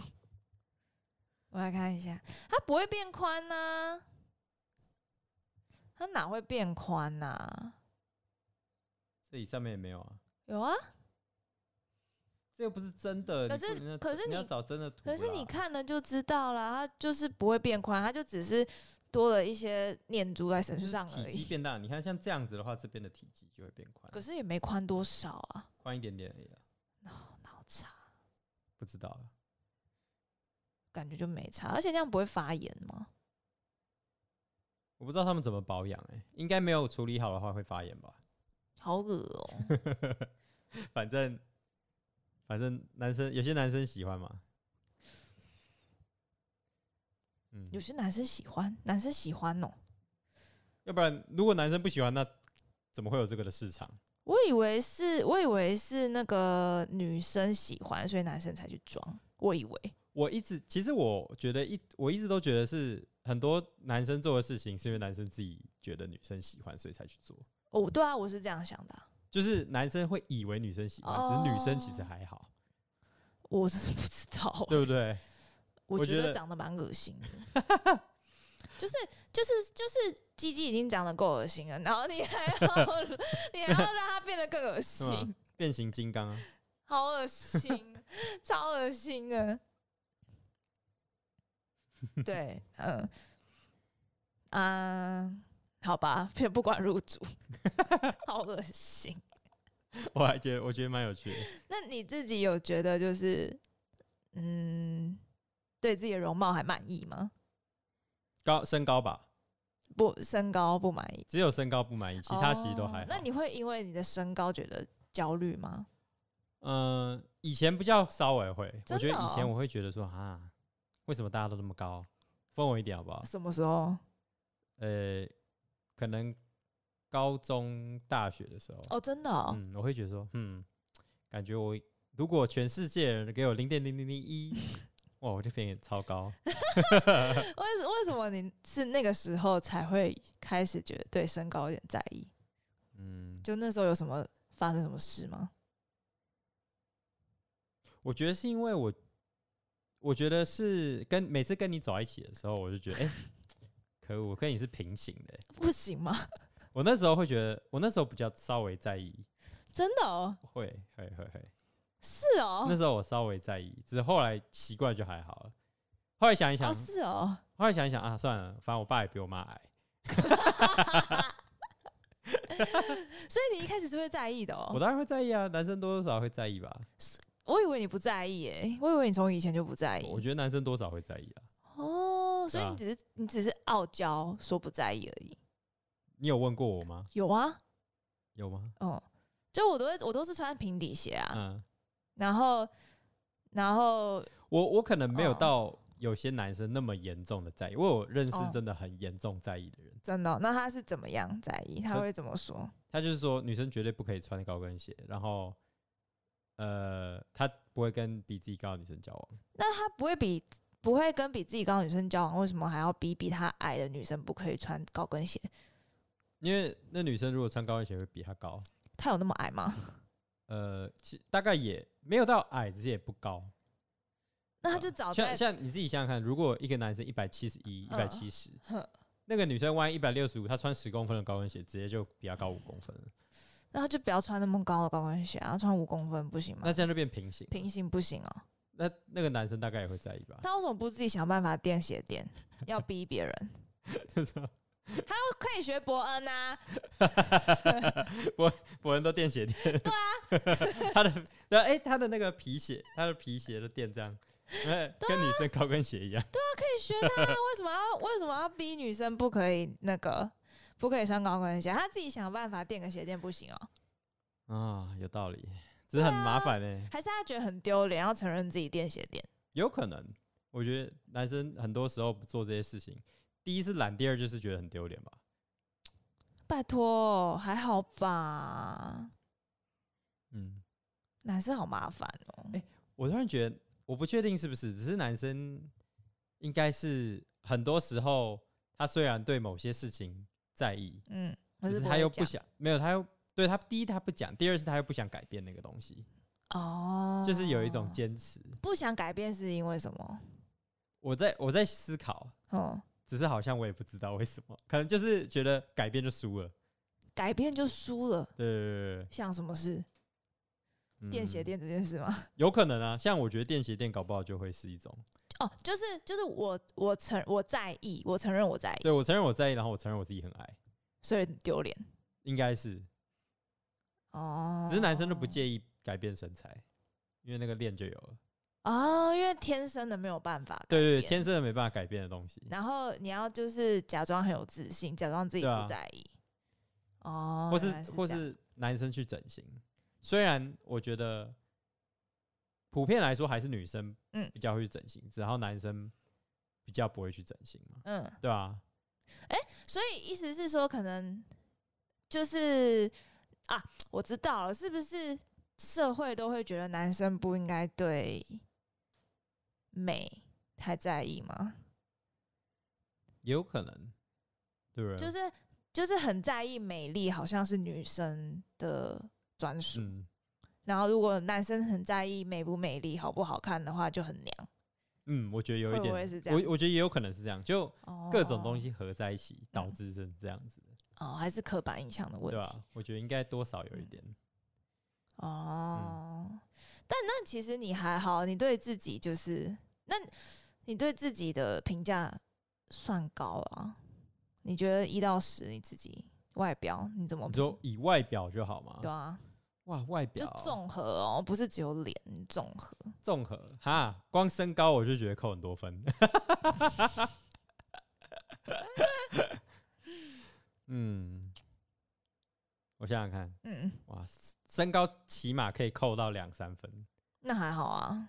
[SPEAKER 2] 我来看一下，它不会变宽呐、它哪会变宽呐、
[SPEAKER 1] 这里上面也没有啊，
[SPEAKER 2] 有啊，
[SPEAKER 1] 这又不是真的。
[SPEAKER 2] 可
[SPEAKER 1] 你
[SPEAKER 2] 是
[SPEAKER 1] 不能
[SPEAKER 2] 可是
[SPEAKER 1] 你要
[SPEAKER 2] 你
[SPEAKER 1] 找真的图啦，
[SPEAKER 2] 可是你看了就知道啦，它就是不会变宽，它就只是多了一些念珠在身
[SPEAKER 1] 就是
[SPEAKER 2] 上而
[SPEAKER 1] 体积
[SPEAKER 2] 已。
[SPEAKER 1] 变大，你看像这样子的话，这边的体积就会变宽
[SPEAKER 2] 可，是也没宽多少啊，
[SPEAKER 1] 宽一点点而已啊，
[SPEAKER 2] 脑差，
[SPEAKER 1] 不知道啊。
[SPEAKER 2] 感觉就没差，而且那样不会发炎吗？
[SPEAKER 1] 我不知道他们怎么保养，哎，应该没有处理好的话会发炎吧？ [LAUGHS]
[SPEAKER 2] 好恶哦、
[SPEAKER 1] 反正反正男生有些男生喜欢嘛，嗯
[SPEAKER 2] 有，些男生喜欢，男生喜欢哦、
[SPEAKER 1] 要不然如果男生不喜欢，那怎么会有这个的市场？
[SPEAKER 2] 我以为是，我以为是那个女生喜欢，所以男生才去装。我以为，
[SPEAKER 1] 我一直其实我觉得一我一直都觉得是很多男生做的事情，是因为男生自己觉得女生喜欢，所以才去做。
[SPEAKER 2] 哦，对啊，我是这样想的啊、
[SPEAKER 1] 就是男生会以为女生喜欢，
[SPEAKER 2] 哦
[SPEAKER 1] 只是女生其实还好，
[SPEAKER 2] 我真是不知道，
[SPEAKER 1] 对不对？
[SPEAKER 2] 我
[SPEAKER 1] 我
[SPEAKER 2] 觉
[SPEAKER 1] 觉
[SPEAKER 2] 得
[SPEAKER 1] 得
[SPEAKER 2] 长得蛮恶心的， [LAUGHS] 就是就是就是鸡鸡已经长得够恶心了，然后你还要 [LAUGHS] 你还要让它变得更恶
[SPEAKER 1] 是吗
[SPEAKER 2] 心，？
[SPEAKER 1] 变形金刚啊，
[SPEAKER 2] 好恶心， [LAUGHS] 超恶心的。对，嗯、啊，好吧，也不管入主， [LAUGHS] 好恶心。
[SPEAKER 1] 我还觉得我觉得蛮有趣的。
[SPEAKER 2] 那你自己有觉得就是，嗯，对自己的容貌还满意吗？
[SPEAKER 1] 高身高吧，
[SPEAKER 2] 不，身高不满意，
[SPEAKER 1] 只有身高不满意，其他其实都还好。
[SPEAKER 2] 哦那你会因为你的身高觉得焦虑吗？
[SPEAKER 1] 嗯、以前比较稍微会，
[SPEAKER 2] 真
[SPEAKER 1] 我觉得
[SPEAKER 2] 的
[SPEAKER 1] 以前
[SPEAKER 2] 哦
[SPEAKER 1] 我会觉得说啊，为什么大家都这么高？分我一点好不好？
[SPEAKER 2] 什么时候？
[SPEAKER 1] 呃，可能高中、大学的时候，
[SPEAKER 2] 哦，真的、哦，
[SPEAKER 1] 嗯，我会觉得说，嗯，感觉我如果全世界人给我零点零零零
[SPEAKER 2] [LAUGHS]
[SPEAKER 1] 一，哇，我这边也超高。
[SPEAKER 2] [LAUGHS] 为什为什么你是那个时候才会开始觉得对身高有点在意？
[SPEAKER 1] 嗯，
[SPEAKER 2] 就那时候有什么发生什么事吗？
[SPEAKER 1] 我觉得是因为我，我觉得是跟每次跟你走在一起的时候，我就觉
[SPEAKER 2] [LAUGHS]
[SPEAKER 1] 得，哎、可恶，我跟你是平行的、
[SPEAKER 2] 不行吗？ [LAUGHS]
[SPEAKER 1] 我那时候会觉得，我那时候比较稍微在意，
[SPEAKER 2] 真的哦，
[SPEAKER 1] 会会会会，
[SPEAKER 2] 是哦
[SPEAKER 1] 那，时候我稍微在意，只是后来习惯就还好了。后来想一想，
[SPEAKER 2] 哦是哦，
[SPEAKER 1] 后来想一想啊，算了，反正我爸也比我妈矮。
[SPEAKER 2] 所以你一开始是会在意的
[SPEAKER 1] 我
[SPEAKER 2] 哦。
[SPEAKER 1] 当然会在意啊，男生多多少少会在意吧。
[SPEAKER 2] 我以为你不在意诶、我以为你从以前就不在
[SPEAKER 1] 我
[SPEAKER 2] 意
[SPEAKER 1] 觉得男生多少会在意啊。
[SPEAKER 2] 哦，所以
[SPEAKER 1] 对啊
[SPEAKER 2] 你只是、你只是傲娇说不在意而已。
[SPEAKER 1] 你有问过我吗？
[SPEAKER 2] 有啊，
[SPEAKER 1] 有吗？
[SPEAKER 2] 嗯，就我都会我都是穿平底鞋啊，
[SPEAKER 1] 嗯，
[SPEAKER 2] 然后然后
[SPEAKER 1] 我我可能没有
[SPEAKER 2] 哦
[SPEAKER 1] 到有些男生那么严重的在意，我有认识
[SPEAKER 2] 哦
[SPEAKER 1] 真的很严重在意的人，
[SPEAKER 2] 真的哦、那他是怎么样在意？他
[SPEAKER 1] 就
[SPEAKER 2] 会怎么说？
[SPEAKER 1] 他就是说女生绝对不可以穿高跟鞋，然后呃，他不会跟比自己高的女生交往。
[SPEAKER 2] 那他不会比不会跟比自己高的女生交往，为什么还要逼比他矮的女生不可以穿高跟鞋？
[SPEAKER 1] 因为那女生如果穿高跟鞋会比他高，
[SPEAKER 2] 他有那么矮 [LAUGHS] 吗？
[SPEAKER 1] 呃，其大概也没有到矮，只是也不高。嗯
[SPEAKER 2] 那他就找
[SPEAKER 1] 像
[SPEAKER 2] 在嗯
[SPEAKER 1] 像你自己想想看，如果一个男生一百七十一、一百七十
[SPEAKER 2] 哼，
[SPEAKER 1] 那个女生万一一百六十五，她穿十公分的高跟鞋，直接就比他高五公分了，
[SPEAKER 2] 那他就不要穿那么高的高跟鞋啊，穿五公分不行吗
[SPEAKER 1] 那？这样就变平行。
[SPEAKER 2] 平行不行哦、
[SPEAKER 1] 那那个男生大概也会在意吧？
[SPEAKER 2] 他为什么不自己想办法垫鞋垫？要逼别 [LAUGHS] 人，哦
[SPEAKER 1] [LAUGHS]
[SPEAKER 2] 可以学伯恩啊，
[SPEAKER 1] 伯恩都垫鞋垫，对啊， [LAUGHS] 他的对哎、他的那个皮鞋，他的皮鞋都垫这样，哎跟女生高跟鞋一样。
[SPEAKER 2] 可以学 [LAUGHS] 他、啊，为什么要为什么要逼女生不可以那个不可以穿高跟鞋？他自己想办法垫个鞋垫不行哦、
[SPEAKER 1] 啊、有道理，只是很麻烦呢、
[SPEAKER 2] 还是他觉得很丢脸，要承认自己垫鞋垫？
[SPEAKER 1] 有可能。我觉得男生很多时候不做这些事情，第一是懒，第二就是觉得很丢脸吧。
[SPEAKER 2] 拜托，还好吧？
[SPEAKER 1] 嗯，
[SPEAKER 2] 男生好麻烦哦、
[SPEAKER 1] 哎我突然觉得，我不确定是不是，只是男生应该是很多时候，他虽然对某些事情在意，
[SPEAKER 2] 嗯，
[SPEAKER 1] 可
[SPEAKER 2] 可是
[SPEAKER 1] 是
[SPEAKER 2] 不
[SPEAKER 1] 他又
[SPEAKER 2] 会
[SPEAKER 1] 不
[SPEAKER 2] 讲
[SPEAKER 1] 想，没有，他又对他第一他不讲，第二是他又不想改变那个东西，
[SPEAKER 2] 哦，
[SPEAKER 1] 就是有一种坚持。
[SPEAKER 2] 不想改变是因为什么？
[SPEAKER 1] 我在我在思考，
[SPEAKER 2] 哦，
[SPEAKER 1] 只是好像我也不知道为什么，可能就是觉得改变就输了。
[SPEAKER 2] 改变就输了，
[SPEAKER 1] 对对对
[SPEAKER 2] 像什么事？
[SPEAKER 1] 对，
[SPEAKER 2] 垫鞋
[SPEAKER 1] 嗯
[SPEAKER 2] 垫这件事吗？
[SPEAKER 1] 有可能啊，像我觉得垫鞋垫搞不好就会是一种，
[SPEAKER 2] 哦，就是就是我我承我在意，我承认我在意，
[SPEAKER 1] 对我承认我在意，然后我承认我自己很矮，
[SPEAKER 2] 所以很丢脸
[SPEAKER 1] 应该是，
[SPEAKER 2] 哦。
[SPEAKER 1] 只是男生就不介意改变身材，因为那个练就有了。
[SPEAKER 2] 哦，因为天生的没有办法改
[SPEAKER 1] 对
[SPEAKER 2] 变，
[SPEAKER 1] 对对，天生的没办法改变的东西。
[SPEAKER 2] 然后你要就是假装很有自信，假装自己
[SPEAKER 1] 对啊
[SPEAKER 2] 不在意。哦，
[SPEAKER 1] 或
[SPEAKER 2] 原
[SPEAKER 1] 是
[SPEAKER 2] 来是
[SPEAKER 1] 或
[SPEAKER 2] 这样
[SPEAKER 1] 是男生去整形，虽然我觉得普遍来说还是女生
[SPEAKER 2] 嗯
[SPEAKER 1] 比较会去整形，然后男生比较不会去整形嘛，
[SPEAKER 2] 嗯，
[SPEAKER 1] 对吧、啊？
[SPEAKER 2] 所以意思是说，可能就是啊，我知道了，是不是社会都会觉得男生不应该对美太在意吗？
[SPEAKER 1] 也有可能，对不啊对？
[SPEAKER 2] 就是就是很在意美丽，好像是女生的专属。
[SPEAKER 1] 嗯，
[SPEAKER 2] 然后如果男生很在意美不美丽、好不好看的话，就很娘。
[SPEAKER 1] 嗯，我觉得有一
[SPEAKER 2] 会
[SPEAKER 1] 点，
[SPEAKER 2] 不会是这样
[SPEAKER 1] 我我觉得也有可能是这样，就
[SPEAKER 2] 哦嗯
[SPEAKER 1] 各种东西合在一起，导致成这样子的，
[SPEAKER 2] 哦，还是刻板印象的问
[SPEAKER 1] 对啊吧、
[SPEAKER 2] 题。
[SPEAKER 1] 我觉得应该多少有一
[SPEAKER 2] 嗯
[SPEAKER 1] 点，
[SPEAKER 2] 哦，嗯但那其实你还好，你对自己就是，那你对自己的评价算高啊？你觉得一到十，你自己外表你怎么
[SPEAKER 1] 你
[SPEAKER 2] 评？
[SPEAKER 1] 说以外表就好吗？
[SPEAKER 2] 对啊，
[SPEAKER 1] 哇，外表
[SPEAKER 2] 就综合哦，不是只有脸，你综合。
[SPEAKER 1] 综合哈，光身高我就觉得扣很多分。 [LAUGHS] 嗯，我想想看，
[SPEAKER 2] 嗯，
[SPEAKER 1] 哇，身高起码可以扣到两三分，
[SPEAKER 2] 那还好 [LAUGHS] 啊，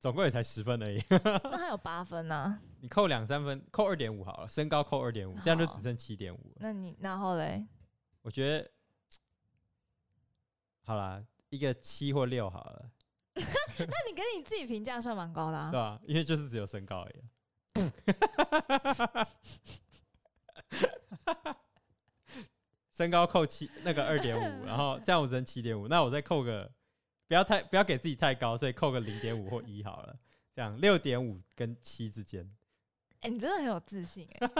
[SPEAKER 1] 总共也才十分而已。 [LAUGHS]
[SPEAKER 2] 那还有八分呢、啊。
[SPEAKER 1] 你扣两三分，扣二点五好了，身高扣二点五，这样就
[SPEAKER 2] 好
[SPEAKER 1] 只剩七点五了。
[SPEAKER 2] 那你然后嘞，
[SPEAKER 1] 我觉得，好啦，一个七或六好了，
[SPEAKER 2] 那你给你自己评价算蛮高的啊
[SPEAKER 1] 对。吧、因为就是只有身高而已啊。 [LAUGHS] 身高扣七那个二点五，然后这样我只能七点五，那我再扣个不要太不要给自己太高，所以扣个零点五或一好了，这样六点五跟七之间，
[SPEAKER 2] 哎、你真的很有自信哎、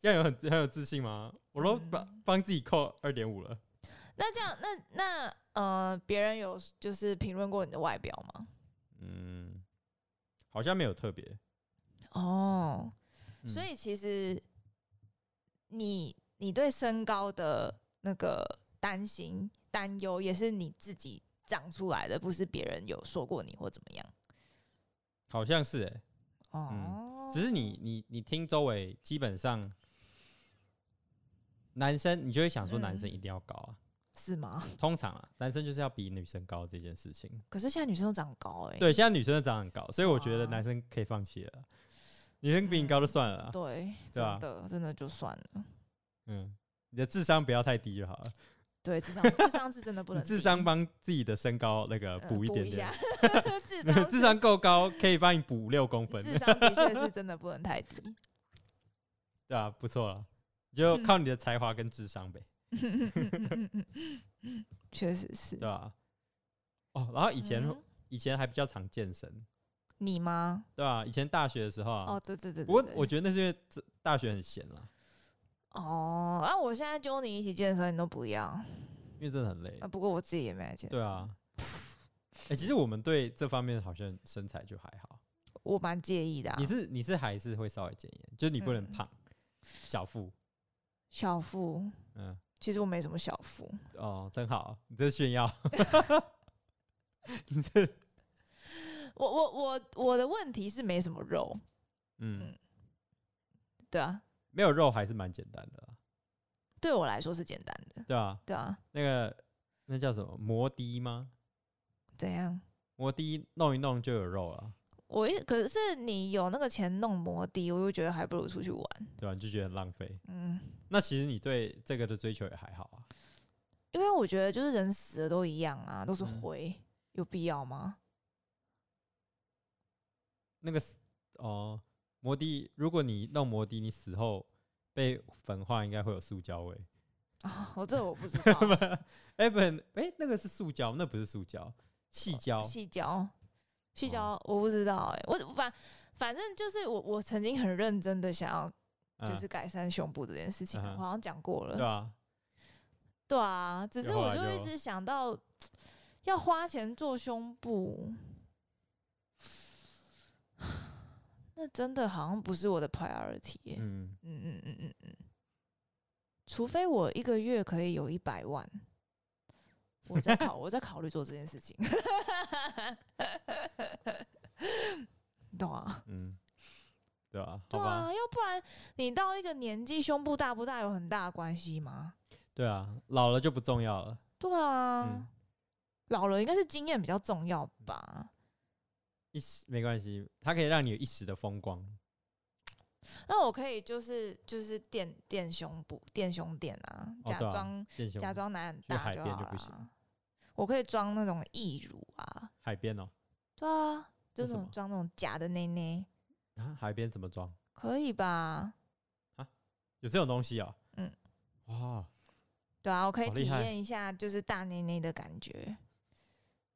[SPEAKER 1] 这样有很很有自信吗？我都帮
[SPEAKER 2] 嗯
[SPEAKER 1] 帮自己扣二点五了，
[SPEAKER 2] [LAUGHS] 那这样，那那呃，别人有就是评论过你的外表吗？
[SPEAKER 1] 嗯，好像没有特别，
[SPEAKER 2] 哦，
[SPEAKER 1] 嗯
[SPEAKER 2] 所以其实你你对身高的那个担心、担忧，也是你自己长出来的，不是别人有说过你或怎么样。
[SPEAKER 1] 好像是哎、
[SPEAKER 2] 哦，
[SPEAKER 1] 嗯只是你你你听周围基本上男生，你就会想说男生
[SPEAKER 2] 嗯
[SPEAKER 1] 一定要高啊，
[SPEAKER 2] 是吗？ [LAUGHS]
[SPEAKER 1] 通常啊，男生就是要比女生高这件事情。
[SPEAKER 2] 可是现在女生都长高哎、
[SPEAKER 1] 对，现在女生都长很高，所以我觉得
[SPEAKER 2] 哇
[SPEAKER 1] 男生可以放弃了，女生比你高就算了啦，
[SPEAKER 2] 对，
[SPEAKER 1] 对啊
[SPEAKER 2] 真的真的就算了。
[SPEAKER 1] 嗯，你的智商不要太低就好了，
[SPEAKER 2] 对，智商智商是真的不
[SPEAKER 1] 你
[SPEAKER 2] 能
[SPEAKER 1] 智
[SPEAKER 2] 低
[SPEAKER 1] 商帮自己的身高那个
[SPEAKER 2] 呃
[SPEAKER 1] 补一点点
[SPEAKER 2] 下，
[SPEAKER 1] [LAUGHS]
[SPEAKER 2] 智商
[SPEAKER 1] 智
[SPEAKER 2] 是
[SPEAKER 1] 商够高可以帮你补六公分，
[SPEAKER 2] 智商的确是真的不能太低。 [LAUGHS]
[SPEAKER 1] 对啊，不错了，你就靠你的才华跟智商呗。
[SPEAKER 2] 嗯确实是
[SPEAKER 1] 对吧、哦，然后以前、
[SPEAKER 2] 嗯
[SPEAKER 1] 以前还比较常健身，
[SPEAKER 2] 你吗？
[SPEAKER 1] 对吧、以前大学的时候啊，
[SPEAKER 2] 哦，对对对对
[SPEAKER 1] 不过
[SPEAKER 2] 对
[SPEAKER 1] 我觉得那是因为这大学很闲啦，
[SPEAKER 2] 哦，啊，我现在揪你一起健身，你都不要啊。
[SPEAKER 1] 因为真的很累。
[SPEAKER 2] 不过我自己也没来健身，
[SPEAKER 1] 对，啊，哎、其实我们对这方面好像身材就还好。
[SPEAKER 2] 我蛮介意的、啊
[SPEAKER 1] 你。是你是还是会稍微减盐，就是你不能
[SPEAKER 2] 嗯
[SPEAKER 1] 胖，小腹，
[SPEAKER 2] 小腹，
[SPEAKER 1] 嗯，
[SPEAKER 2] 其实我没什么小腹，
[SPEAKER 1] 哦，真好，你这炫耀，你这，
[SPEAKER 2] 我我我我的问题是没什么肉，
[SPEAKER 1] 嗯，
[SPEAKER 2] 嗯对啊，
[SPEAKER 1] 没有肉还是蛮简单的啦，
[SPEAKER 2] 对我来说是简单的，
[SPEAKER 1] 对啊，
[SPEAKER 2] 对啊，
[SPEAKER 1] 那个那叫什么摩的吗？
[SPEAKER 2] 怎样？
[SPEAKER 1] 摩的弄一弄就有肉了。
[SPEAKER 2] 我一可是你有那个钱弄摩的，我就觉得还不如出去玩，
[SPEAKER 1] 对吧、啊你就觉得很浪费。
[SPEAKER 2] 嗯，
[SPEAKER 1] 那其实你对这个的追求也还好啊，
[SPEAKER 2] 因为我觉得就是人死了都一样啊，都是
[SPEAKER 1] 嗯
[SPEAKER 2] 灰，有必要吗？ [LAUGHS]
[SPEAKER 1] 那个死哦，摩的，如果你弄摩的，你死后被焚化，应该会有塑胶味。
[SPEAKER 2] 啊、我这我不知道，
[SPEAKER 1] [LAUGHS] 哎、不很，哎、那个是塑胶，那不是塑胶，细胶。
[SPEAKER 2] 哦细胶，细
[SPEAKER 1] 哦
[SPEAKER 2] 胶我不知道哎、我反反正就是我我曾经很认真的想要
[SPEAKER 1] 嗯
[SPEAKER 2] 就是改善胸部这件事
[SPEAKER 1] 嗯
[SPEAKER 2] 情，
[SPEAKER 1] 哼
[SPEAKER 2] 我好像讲过了。
[SPEAKER 1] 对啊，
[SPEAKER 2] 对啊，只
[SPEAKER 1] 有
[SPEAKER 2] 是
[SPEAKER 1] 后
[SPEAKER 2] 我
[SPEAKER 1] 来
[SPEAKER 2] 就
[SPEAKER 1] 就
[SPEAKER 2] 一直想到要花钱做胸部， [SIGHS] 那真的好像不是我的 priority 耶、
[SPEAKER 1] 嗯，
[SPEAKER 2] 嗯嗯嗯嗯嗯，除非我一个月可以有一百万，我
[SPEAKER 1] [LAUGHS]
[SPEAKER 2] 在考我在考虑做这件事情。你懂啊？
[SPEAKER 1] 嗯，对啊，好
[SPEAKER 2] 对
[SPEAKER 1] 吧，
[SPEAKER 2] 啊，要不然你到一个年纪，胸部大不大有很大的关系吗？
[SPEAKER 1] 对啊，老了就不重要了。
[SPEAKER 2] 对啊，
[SPEAKER 1] 嗯，
[SPEAKER 2] 老了应该是经验比较重要吧？
[SPEAKER 1] 一时没关系，它可以让你有一时的风光。
[SPEAKER 2] 那我可以就是就是垫垫胸部、垫胸垫啊，
[SPEAKER 1] 哦
[SPEAKER 2] 假
[SPEAKER 1] 对啊
[SPEAKER 2] 装、
[SPEAKER 1] 垫胸
[SPEAKER 2] 假装奶很
[SPEAKER 1] 去
[SPEAKER 2] 大
[SPEAKER 1] 海
[SPEAKER 2] 就
[SPEAKER 1] 边
[SPEAKER 2] 好
[SPEAKER 1] 就不
[SPEAKER 2] 了
[SPEAKER 1] 行
[SPEAKER 2] 啊。我可以装那种义乳啊，
[SPEAKER 1] 海边哦、
[SPEAKER 2] 对啊，就
[SPEAKER 1] 为什
[SPEAKER 2] 是那
[SPEAKER 1] 么
[SPEAKER 2] 种装那种假的内内，
[SPEAKER 1] 啊，海边怎么装？
[SPEAKER 2] 可以吧？
[SPEAKER 1] 有这种东西哦、
[SPEAKER 2] 嗯，
[SPEAKER 1] 哇，
[SPEAKER 2] 对啊，我可以
[SPEAKER 1] 好厉
[SPEAKER 2] 体
[SPEAKER 1] 害
[SPEAKER 2] 验一下就是大内内的感觉，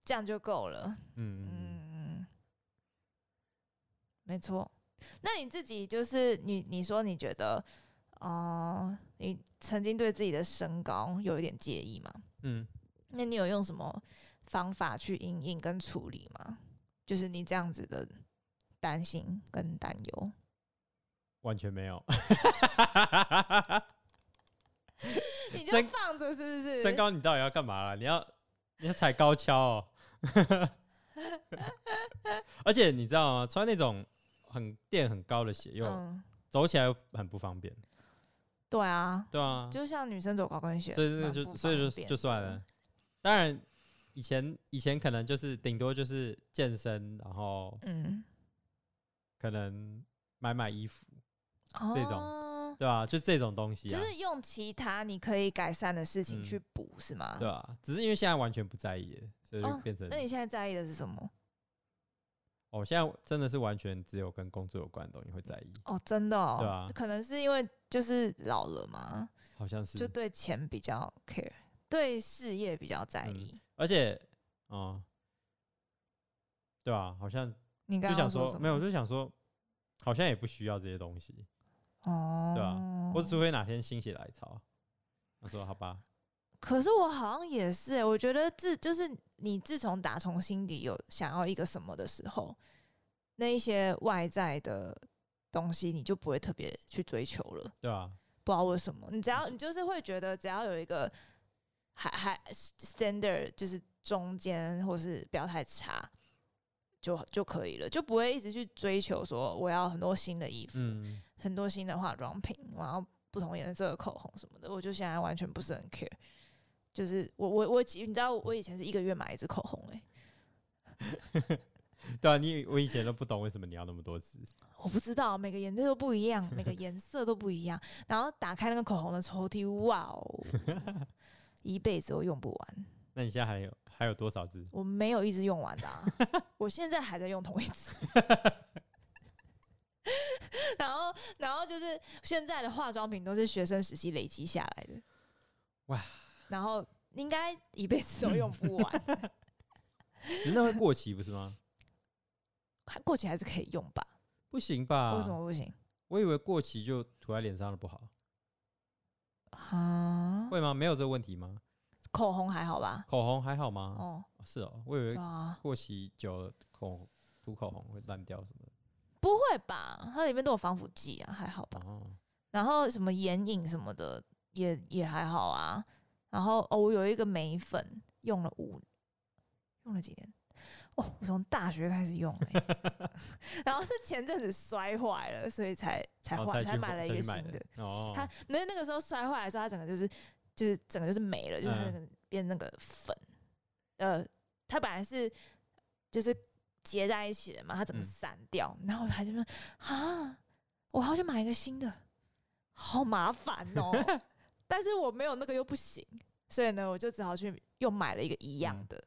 [SPEAKER 2] 这样就够了。
[SPEAKER 1] 嗯嗯
[SPEAKER 2] 嗯，没错。那你自己就是你，你说你觉得，哦、你曾经对自己的身高有一点介意吗？
[SPEAKER 1] 嗯，
[SPEAKER 2] 那你有用什么方法去应应跟处理吗？就是你这样子的担心跟担忧，
[SPEAKER 1] 完全没有。 [LAUGHS]
[SPEAKER 2] 你就
[SPEAKER 1] 身
[SPEAKER 2] 放着是不是？
[SPEAKER 1] 身高你到底要干嘛啦？你要你要踩高跷哦、 [LAUGHS] 而且你知道吗？穿那种很垫很高的鞋，又、
[SPEAKER 2] 嗯，
[SPEAKER 1] 走起来很不方便。
[SPEAKER 2] 对啊，
[SPEAKER 1] 对啊，
[SPEAKER 2] 就像女生走高跟鞋，
[SPEAKER 1] 所以那
[SPEAKER 2] 蛮
[SPEAKER 1] 就
[SPEAKER 2] 不
[SPEAKER 1] 所以
[SPEAKER 2] 方
[SPEAKER 1] 就
[SPEAKER 2] 便
[SPEAKER 1] 就算
[SPEAKER 2] 的
[SPEAKER 1] 了。。当然，以前以前可能就是顶多就是健身，然后
[SPEAKER 2] 嗯，
[SPEAKER 1] 可能买买衣服，这种
[SPEAKER 2] 哦
[SPEAKER 1] 对吧、就这种东西
[SPEAKER 2] 就
[SPEAKER 1] 啊，
[SPEAKER 2] 是用其他你可以改善的事情
[SPEAKER 1] 嗯
[SPEAKER 2] 去补，是吗？
[SPEAKER 1] 对吧、啊只是因为现在完全不在意了，所以就
[SPEAKER 2] 哦
[SPEAKER 1] 变成
[SPEAKER 2] 那你现在在意的是什么？
[SPEAKER 1] 哦，现在真的是完全只有跟工作有关的东西会在意，
[SPEAKER 2] 哦，真的哦，
[SPEAKER 1] 对啊
[SPEAKER 2] 可能是因为就是老了嘛，
[SPEAKER 1] 好像是
[SPEAKER 2] 就。对钱比较 care，对事业比较在
[SPEAKER 1] 嗯
[SPEAKER 2] 意。
[SPEAKER 1] 而且，嗯，对啊，好像
[SPEAKER 2] 你刚
[SPEAKER 1] 就
[SPEAKER 2] 刚
[SPEAKER 1] 想
[SPEAKER 2] 要
[SPEAKER 1] 说
[SPEAKER 2] 什么？
[SPEAKER 1] 没有，就想说好像也不需要这些东西，
[SPEAKER 2] 哦，
[SPEAKER 1] 对啊我除非哪天心血来潮，我说好吧，
[SPEAKER 2] 可是我好像也是、欸，我觉得自就是你自从打从心底有想要一个什么的时候，那一些外在的东西你就不会特别去追求了。
[SPEAKER 1] 对啊，
[SPEAKER 2] 不知道为什么，你只要你就是会觉得，只要有一个还还 standard，就是中间或是不要太差，就就可以了，就不会一直去追求说我要很多新的衣服、
[SPEAKER 1] 嗯，
[SPEAKER 2] 很多新的化妆品，我要不同颜色的口红什么的。我就现在完全不是很 care，就是我我我，你知道我以前是一个月买一支口红诶、欸
[SPEAKER 1] 对啊，你我以前都不懂为什么你要那么多支，
[SPEAKER 2] 我不知道，每个颜色都不一样，每个颜色都不一样。然后打开那个口红的抽屉，哇哦，一辈子都用不完。
[SPEAKER 1] 那你现在还有还有多少支？
[SPEAKER 2] 我没有一直用完的、啊，我现在还在用同一支。然后，然后就是现在的化妆品都是学生时期累积下来的，
[SPEAKER 1] 哇！
[SPEAKER 2] 然后应该一辈子都用不完，
[SPEAKER 1] 只是那会过期不是吗？
[SPEAKER 2] 还过期还是可以用吧？
[SPEAKER 1] 不行吧？
[SPEAKER 2] 为什么不行
[SPEAKER 1] 我以为过期就涂在脸上了不好，
[SPEAKER 2] 啊？
[SPEAKER 1] 会吗？没有这个问题吗？
[SPEAKER 2] 口红还好吧？
[SPEAKER 1] 口红还好吗？哦
[SPEAKER 2] 哦，
[SPEAKER 1] 是哦，我以
[SPEAKER 2] 对
[SPEAKER 1] 为
[SPEAKER 2] 啊，
[SPEAKER 1] 过期久了口涂口红会烂掉什么的。
[SPEAKER 2] 不会吧？它里面都有防腐剂啊，还好吧？
[SPEAKER 1] 哦，
[SPEAKER 2] 然后什么眼影什么的也也还好啊。然后哦，我有一个眉粉用了五，用了几年？哦，我从大学开始用、欸， [LAUGHS] 然后是前阵子摔坏了，所以才才
[SPEAKER 1] 然后
[SPEAKER 2] 换、
[SPEAKER 1] 去
[SPEAKER 2] 哦才买了
[SPEAKER 1] 哦
[SPEAKER 2] 一
[SPEAKER 1] 再
[SPEAKER 2] 个
[SPEAKER 1] 去
[SPEAKER 2] 新
[SPEAKER 1] 买
[SPEAKER 2] 的。
[SPEAKER 1] 哦，
[SPEAKER 2] 它那那个时候摔坏的时候，它整个就是就是整个就是没了，就是它
[SPEAKER 1] 嗯
[SPEAKER 2] 那个变那个粉，呃，它本来是就是结在一起的嘛，它整个
[SPEAKER 1] 嗯
[SPEAKER 2] 散掉，然后我还在那边啊，我好想买一个新的，好麻烦
[SPEAKER 1] [LAUGHS]
[SPEAKER 2] 哦，但是我没有那个又不行，所以呢，我就只好去又买了一个一样
[SPEAKER 1] 嗯
[SPEAKER 2] 的。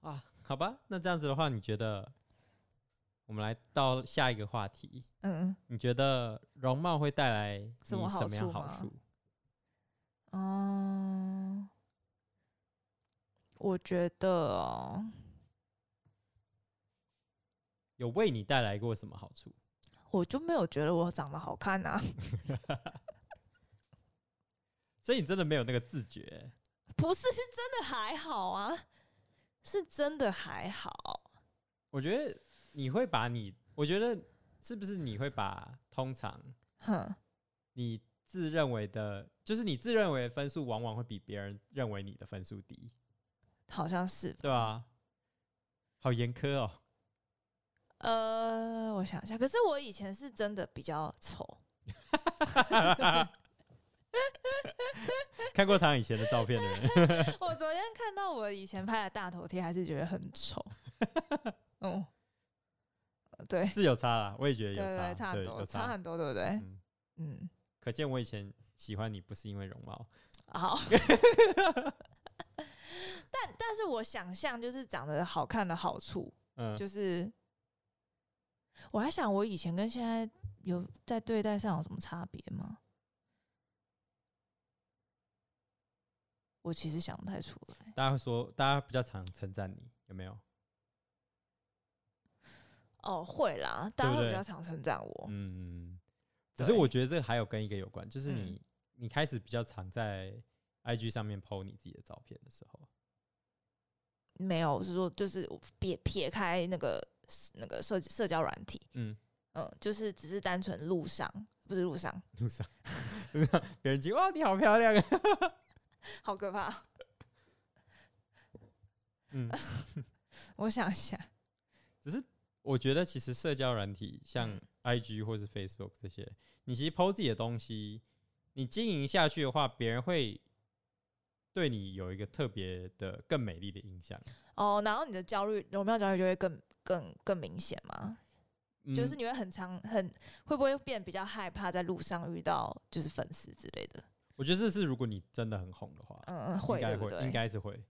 [SPEAKER 1] 啊，好吧，那这样子的话，你觉得我们来到下一个话题？
[SPEAKER 2] 嗯，
[SPEAKER 1] 你觉得容貌会带来你
[SPEAKER 2] 什么好
[SPEAKER 1] 么样
[SPEAKER 2] 处
[SPEAKER 1] 好
[SPEAKER 2] 吗
[SPEAKER 1] 处？
[SPEAKER 2] 哦，我觉得哦，
[SPEAKER 1] 有为你带来过什么好处？
[SPEAKER 2] 我就没有觉得我长得好看啊。
[SPEAKER 1] 所以你真的没有那个自觉欸、
[SPEAKER 2] 不是，是真的还好啊，是真的还好。
[SPEAKER 1] 我觉得你会把你，我觉得是不是你会把通常
[SPEAKER 2] 哼，
[SPEAKER 1] 你自认为的，就是你自认为的分数，往往会比别人认为你的分数低，
[SPEAKER 2] 好像是。
[SPEAKER 1] 对吧、好严苛哦、
[SPEAKER 2] 呃，我想一下，可是我以前是真的比较丑，
[SPEAKER 1] [LAUGHS] [LAUGHS] 看过他以前的照片的
[SPEAKER 2] [LAUGHS]
[SPEAKER 1] 人，
[SPEAKER 2] 我昨天
[SPEAKER 1] [LAUGHS]
[SPEAKER 2] 看到我以前拍的大头贴，还是觉得很丑。嗯，哦对
[SPEAKER 1] 是有差啦，我也觉得
[SPEAKER 2] 对
[SPEAKER 1] 有
[SPEAKER 2] 对，
[SPEAKER 1] 差，
[SPEAKER 2] 差
[SPEAKER 1] 对
[SPEAKER 2] 很
[SPEAKER 1] 有
[SPEAKER 2] 多，差很多，对不对？
[SPEAKER 1] 嗯，
[SPEAKER 2] 嗯，
[SPEAKER 1] 可见我以前喜欢你不是因为容貌，
[SPEAKER 2] 嗯
[SPEAKER 1] [LAUGHS]
[SPEAKER 2] 好。但但是我想象就是长得好看的好处，
[SPEAKER 1] 嗯，
[SPEAKER 2] 就是我还想我以前跟现在有在对待上有什么差别吗？我其实想不太出来。
[SPEAKER 1] 大家会说，大家比较常称赞你，有没有？
[SPEAKER 2] 哦，会啦，
[SPEAKER 1] 对
[SPEAKER 2] 大
[SPEAKER 1] 不
[SPEAKER 2] 家会
[SPEAKER 1] 对
[SPEAKER 2] 比较常称赞我。
[SPEAKER 1] 嗯，只是我觉得这个还有跟一个有关，就是
[SPEAKER 2] 嗯
[SPEAKER 1] 你、你开始比较常在 IG 上面 PO 你自己的照片的时候，
[SPEAKER 2] 嗯没有，我是说就是我撇撇开那个那个社社交软体，
[SPEAKER 1] 嗯，
[SPEAKER 2] 嗯，就是只是单纯路上，不是路上，
[SPEAKER 1] 路上 [LAUGHS] 路上别人经过哇你好漂亮啊，
[SPEAKER 2] 好可怕。
[SPEAKER 1] 嗯，
[SPEAKER 2] [LAUGHS] 我想一下，
[SPEAKER 1] 我觉得其实社交软体像
[SPEAKER 2] 嗯
[SPEAKER 1] IG 或是 Facebook 这些，你其实 PO 自己的东西，你经营下去的话，别人会对你有一个特别的更美丽的印象，
[SPEAKER 2] 哦，然后你的焦虑，容貌焦虑就会更更更明显吗？
[SPEAKER 1] 嗯
[SPEAKER 2] 就是你会很常很会不会变得比较害怕在路上遇到就是粉丝之类的？
[SPEAKER 1] 我觉得这是如果你真的很红的话，
[SPEAKER 2] 嗯，嗯
[SPEAKER 1] 应
[SPEAKER 2] 会
[SPEAKER 1] 该
[SPEAKER 2] 对不
[SPEAKER 1] 会，应
[SPEAKER 2] 对？
[SPEAKER 1] 该是会。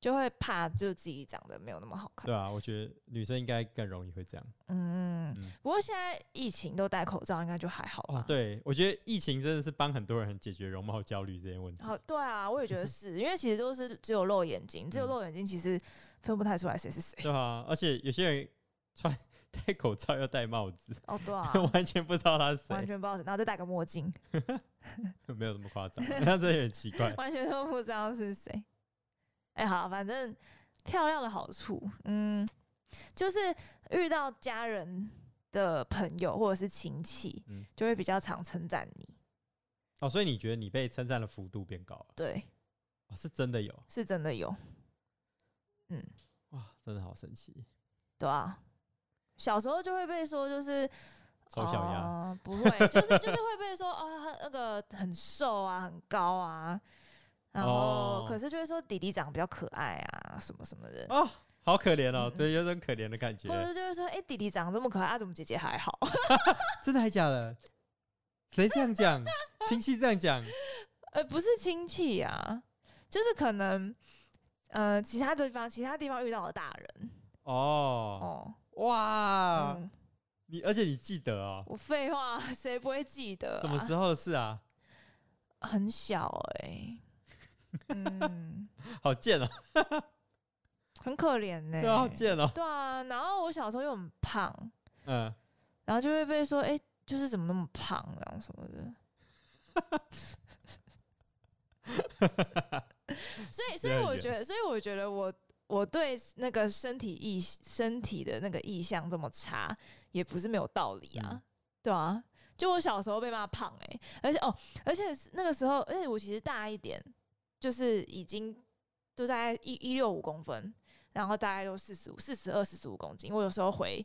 [SPEAKER 2] 就会怕就自己长得没有那么好看。
[SPEAKER 1] 对啊，我觉得女生应该更容易会这样。
[SPEAKER 2] 嗯，
[SPEAKER 1] 嗯
[SPEAKER 2] 不过现在疫情都戴口罩，应该就还好吧？
[SPEAKER 1] 哦，对，我觉得疫情真的是帮很多人解决容貌焦虑这些问题。
[SPEAKER 2] 好，对啊，我也觉得是因为其实都是只有露眼睛，只有
[SPEAKER 1] 嗯
[SPEAKER 2] 露眼睛其实分不太出来谁是谁。
[SPEAKER 1] 对啊，而且有些人穿戴口罩又戴帽子，，
[SPEAKER 2] 哦，对啊
[SPEAKER 1] [LAUGHS] 完全不知道他是
[SPEAKER 2] 完
[SPEAKER 1] 谁，
[SPEAKER 2] 全不知道谁，然后再戴个墨镜，
[SPEAKER 1] 没有那么夸张， [LAUGHS] 那这有点奇怪。
[SPEAKER 2] 完全都不知道是谁。哎、好，反正漂亮的好处，嗯，就是遇到家人的朋友或者是亲戚，
[SPEAKER 1] 嗯
[SPEAKER 2] 就会比较常称赞你。
[SPEAKER 1] 哦，所以你觉得你被称赞的幅度变高了？
[SPEAKER 2] 对，
[SPEAKER 1] 哦，是真的有
[SPEAKER 2] 是真的有，
[SPEAKER 1] 哇，真的好神奇，
[SPEAKER 2] 对啊。小时候就会被说，就是
[SPEAKER 1] 丑小鸭。
[SPEAKER 2] 哦不会，就是就是会被说哦，他那个很瘦啊，很高啊，然后、
[SPEAKER 1] 哦
[SPEAKER 2] 可是就会说弟弟长得比较可爱啊，什么什么的，
[SPEAKER 1] 哦，好可怜哦
[SPEAKER 2] 嗯，嗯
[SPEAKER 1] 对，有种可怜的感觉
[SPEAKER 2] 或。者就会说哎、弟弟长得这么可爱，啊、怎么姐姐还好？
[SPEAKER 1] 真的还假的？谁这样讲？亲戚这样讲？
[SPEAKER 2] 呃，不是亲戚啊，就是可能呃其他地方其他地方遇到的大人
[SPEAKER 1] 哦，
[SPEAKER 2] 哦，
[SPEAKER 1] 哇，
[SPEAKER 2] 嗯，
[SPEAKER 1] 你而且你记得哦，
[SPEAKER 2] 我废话，谁不会记得、啊？
[SPEAKER 1] 什么时候的事啊？
[SPEAKER 2] 很小哎、嗯，
[SPEAKER 1] 好贱哦、
[SPEAKER 2] 很可怜呢、
[SPEAKER 1] 对啊，好贱哦、
[SPEAKER 2] 对啊，然后我小时候又很胖，
[SPEAKER 1] 嗯，
[SPEAKER 2] 然后就会被说，哎、就是怎么那么胖，然后什么的。所以，所
[SPEAKER 1] 这
[SPEAKER 2] 以
[SPEAKER 1] 很
[SPEAKER 2] 我
[SPEAKER 1] 远
[SPEAKER 2] 觉得，所以我觉得我我对那个身体意身体的那个意向这么差，也不是没有道理啊，
[SPEAKER 1] 嗯
[SPEAKER 2] 对啊。就我小时候被骂胖哎、而且哦，而且是那个时候，而且我其实大一点，就是已经就大概一一六五公分，然后大概都四十五、四十二、四十五公斤。我有时候回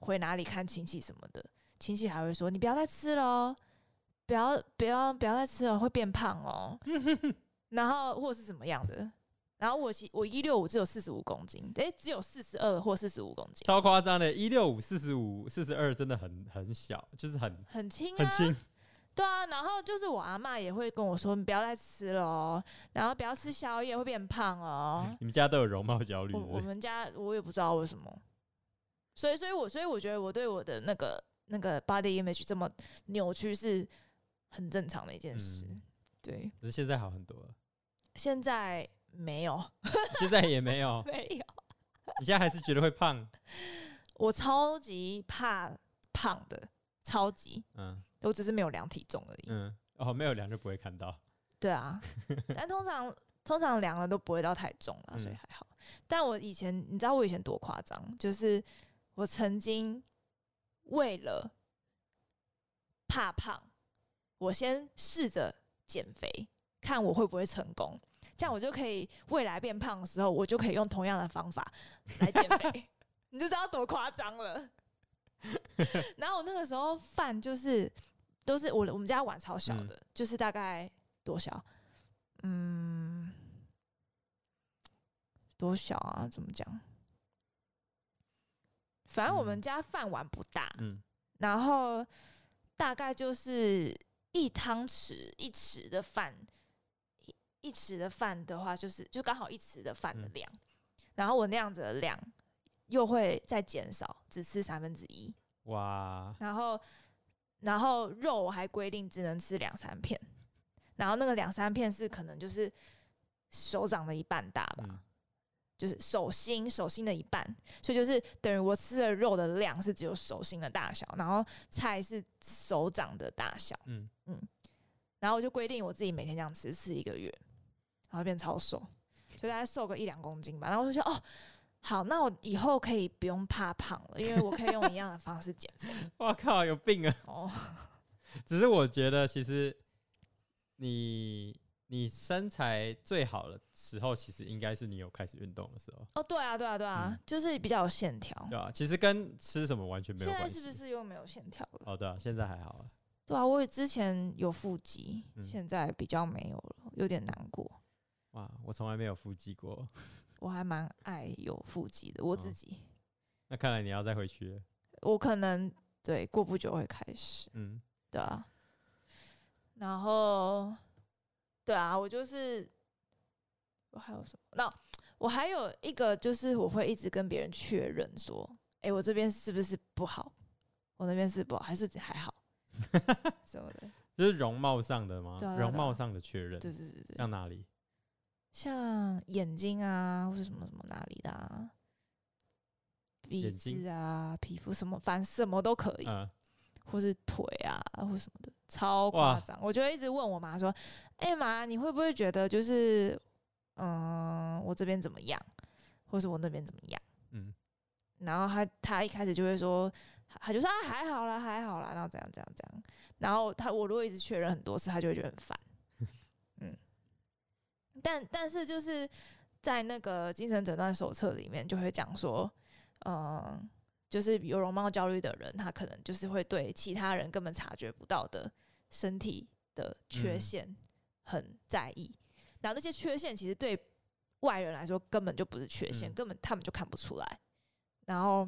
[SPEAKER 2] 回哪里看亲戚什么的，亲戚还会说：“你不要再吃了哦，不要不要不要再吃了，会变
[SPEAKER 1] [LAUGHS]
[SPEAKER 2] 胖哦。”然后或者是怎么样的。然后我其我一六五只有四十五公斤，诶，只有四十二或四十五公斤，
[SPEAKER 1] 超夸张的，一六五、四十五、四十二，真的很很小，就是很
[SPEAKER 2] 很轻、啊，
[SPEAKER 1] 很轻。。
[SPEAKER 2] 对啊，然后就是我阿嬷也会跟我说，你不要再吃了哦，然后不要吃宵夜，会变胖哦
[SPEAKER 1] 你们家都有容貌焦虑
[SPEAKER 2] 我
[SPEAKER 1] 是不欸
[SPEAKER 2] 我
[SPEAKER 1] 是，
[SPEAKER 2] 们家我也不知道为什么，所以所以我所以我觉得我对我的那个那个 body image 这么扭曲是很正常的一件事。
[SPEAKER 1] 嗯
[SPEAKER 2] 对，
[SPEAKER 1] 只是现在好很多了，
[SPEAKER 2] 现在没有 [LAUGHS]
[SPEAKER 1] 现在也没有。
[SPEAKER 2] 没有，
[SPEAKER 1] 你现在还是觉得会胖？
[SPEAKER 2] 我超级怕胖的，超级，
[SPEAKER 1] 嗯
[SPEAKER 2] 我只是没有量体重而已。
[SPEAKER 1] 嗯，哦，没有量就不会看到。
[SPEAKER 2] 对啊，但通常通常量了都不会到太重了，
[SPEAKER 1] 嗯
[SPEAKER 2] 所以还好。但我以前，你知道我以前多夸张，就是我曾经为了怕胖，我先试着减肥，看我会不会成功。这样我就可以未来变胖的时候，我就可以用同样的方法来减肥， [LAUGHS] 你就知道多夸张了。然后我那个时候饭就是都是我的我们家碗超小
[SPEAKER 1] 嗯
[SPEAKER 2] 的，就是大概多小？嗯，多小啊？怎么讲？反正我们
[SPEAKER 1] 嗯
[SPEAKER 2] 家饭碗不大，
[SPEAKER 1] 嗯
[SPEAKER 2] 然后大概就是一汤匙一匙的饭，一一匙的饭的话，就是就刚好一匙的饭的
[SPEAKER 1] 嗯
[SPEAKER 2] 量，然后我那样子的量又会再减少，只吃三分之一，
[SPEAKER 1] 哇，
[SPEAKER 2] 然后然后肉我还规定只能吃两三片，然后那个两三片是可能就是手掌的一半大吧，
[SPEAKER 1] 嗯
[SPEAKER 2] 就是手心手心的一半，所以就是等于我吃的肉的量是只有手心的大小，然后菜是手掌的大小，
[SPEAKER 1] 嗯，
[SPEAKER 2] 然后我就规定我自己每天这样吃，吃一个月，然后变超瘦，就大概瘦个一两公斤吧。然后我就说哦，好，那我以后可以不用怕胖了，因为我可以用一样的方式减 [LAUGHS] 肥。
[SPEAKER 1] 我靠，有病啊！ [LAUGHS]
[SPEAKER 2] 哦，
[SPEAKER 1] 只是我觉得，其实你你身材最好的时候，其实应该是你有开始运动的时候，
[SPEAKER 2] 哦，对啊，对啊，对啊，
[SPEAKER 1] 嗯
[SPEAKER 2] 就是比较有线条。
[SPEAKER 1] 对吧、其实跟吃什么完全没有
[SPEAKER 2] 哦现在
[SPEAKER 1] 关
[SPEAKER 2] 是不
[SPEAKER 1] 系。
[SPEAKER 2] 是又没有线条了？
[SPEAKER 1] 哦，对啊，现在还好啊。
[SPEAKER 2] 对啊，我也之前有腹肌，
[SPEAKER 1] 嗯
[SPEAKER 2] 现在比较没有了，有点难过。
[SPEAKER 1] 哇，我从来没有腹肌过，
[SPEAKER 2] 我还蛮爱有腹肌的，我自
[SPEAKER 1] 嗯
[SPEAKER 2] 己，
[SPEAKER 1] 那看来你要再回去了。
[SPEAKER 2] 我可能对过不久会开始
[SPEAKER 1] 嗯，
[SPEAKER 2] 对啊。然后，对啊，我就是我还有什么？那、我还有一个就是我会一直跟别人确认说，哎、我这边是不是不好？我那边是不好，还是还
[SPEAKER 1] [LAUGHS]
[SPEAKER 2] 好什么的？
[SPEAKER 1] 这是容貌上的吗？
[SPEAKER 2] 对啊对啊
[SPEAKER 1] 容
[SPEAKER 2] 对啊
[SPEAKER 1] 貌上的确认，
[SPEAKER 2] 对对对对，
[SPEAKER 1] 像哪里？
[SPEAKER 2] 像眼睛啊，或是什么什么哪里的啊，鼻
[SPEAKER 1] 眼睛
[SPEAKER 2] 子啊，皮肤什么，反正什么都可以。
[SPEAKER 1] 嗯，
[SPEAKER 2] 或是腿啊，或什么的，超夸张。我就会一直问我妈说：“哎、妈，你会不会觉得就是，嗯，我这边怎么样，或是我那边怎么样
[SPEAKER 1] 嗯，？”
[SPEAKER 2] 然后她她一开始就会说，她她就说啊还好啦，还好啦，然后怎样怎样怎样。然后她我如果一直确认很多次，她就会觉得很烦。嗯，但但是就是在那个精神诊断手册里面就会讲说，嗯，就是有容貌焦虑的人，他可能就是会对其他人根本察觉不到的身体的缺
[SPEAKER 1] 嗯
[SPEAKER 2] 陷很在意，然后那些缺陷其实对外人来说根本就不是缺陷，
[SPEAKER 1] 嗯
[SPEAKER 2] 根本他们就看不出来。然后，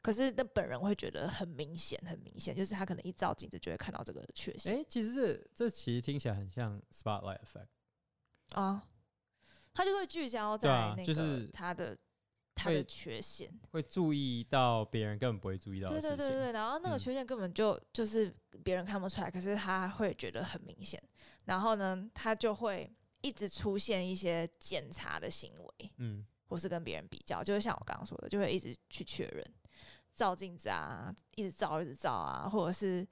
[SPEAKER 2] 可是那本人会觉得很明显，很明显，就是他可能一照镜子就会看到这个缺陷
[SPEAKER 1] 哎、其实这这其实听起来很像 spotlight effect，
[SPEAKER 2] 啊，他就会聚焦
[SPEAKER 1] 对
[SPEAKER 2] 在
[SPEAKER 1] 啊
[SPEAKER 2] 那
[SPEAKER 1] 就
[SPEAKER 2] 个
[SPEAKER 1] 是
[SPEAKER 2] 他的。他的
[SPEAKER 1] 会
[SPEAKER 2] 缺陷，
[SPEAKER 1] 会注意到别人根本不会注意到
[SPEAKER 2] 对
[SPEAKER 1] 的事
[SPEAKER 2] 对
[SPEAKER 1] 情。
[SPEAKER 2] 对对，然后那个
[SPEAKER 1] 嗯
[SPEAKER 2] 缺陷根本就、就是别人看不出来，可是他会觉得很明显。然后呢，他就会一直出现一些检查的行为，
[SPEAKER 1] 嗯，
[SPEAKER 2] 或是跟别人比较，就是像我刚刚说的，就会一直去确认，照镜子啊，一直照一直照啊，或者是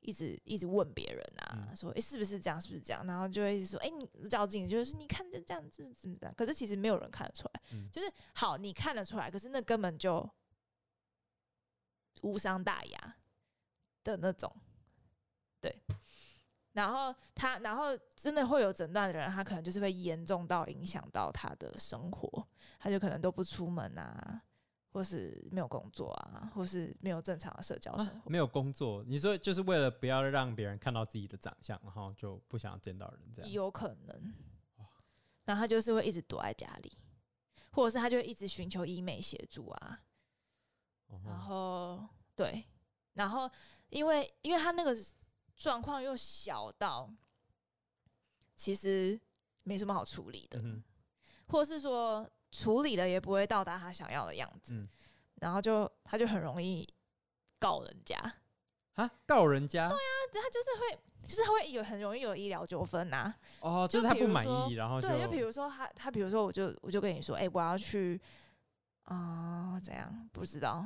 [SPEAKER 2] 一直一直问别人啊，
[SPEAKER 1] 嗯
[SPEAKER 2] 说诶是不是这样，是不是这样，然后就会一直说诶，你照镜子就是你看这这样子怎么怎么样，可是其实没有人看得出来，
[SPEAKER 1] 嗯
[SPEAKER 2] 就是好你看得出来，可是那根本就无伤大雅的那种，对。然后他，然后真的会有诊断的人，他可能就是会严重到影响到他的生活，他就可能都不出门啊，或是没有工作啊，或是没有正常的社交生
[SPEAKER 1] 啊
[SPEAKER 2] 活。
[SPEAKER 1] 没有工作，你说就是为了不要让别人看到自己的长相，然后就不想要见到人这样。
[SPEAKER 2] 有可能
[SPEAKER 1] 哇。
[SPEAKER 2] 然后他就是会一直躲在家里，或者是他就会一直寻求医美协助啊。
[SPEAKER 1] 哦
[SPEAKER 2] 然后对，然后因为因为他那个状况又小到，其实没什么好处理的，
[SPEAKER 1] 嗯
[SPEAKER 2] 或是说处理了也不会到达他想要的样子，
[SPEAKER 1] 嗯
[SPEAKER 2] 然后就他就很容易告人家。
[SPEAKER 1] 哼啊，告人家，对
[SPEAKER 2] 他就是会，就是他会有很容易有医疗纠纷呐。
[SPEAKER 1] 哦，
[SPEAKER 2] 就
[SPEAKER 1] 就是他
[SPEAKER 2] 比
[SPEAKER 1] 不
[SPEAKER 2] 如
[SPEAKER 1] 满
[SPEAKER 2] 说
[SPEAKER 1] 意，然后
[SPEAKER 2] 啊对，就比如说他，他比如说我就我就跟你说，哎、我要去啊、怎样不知道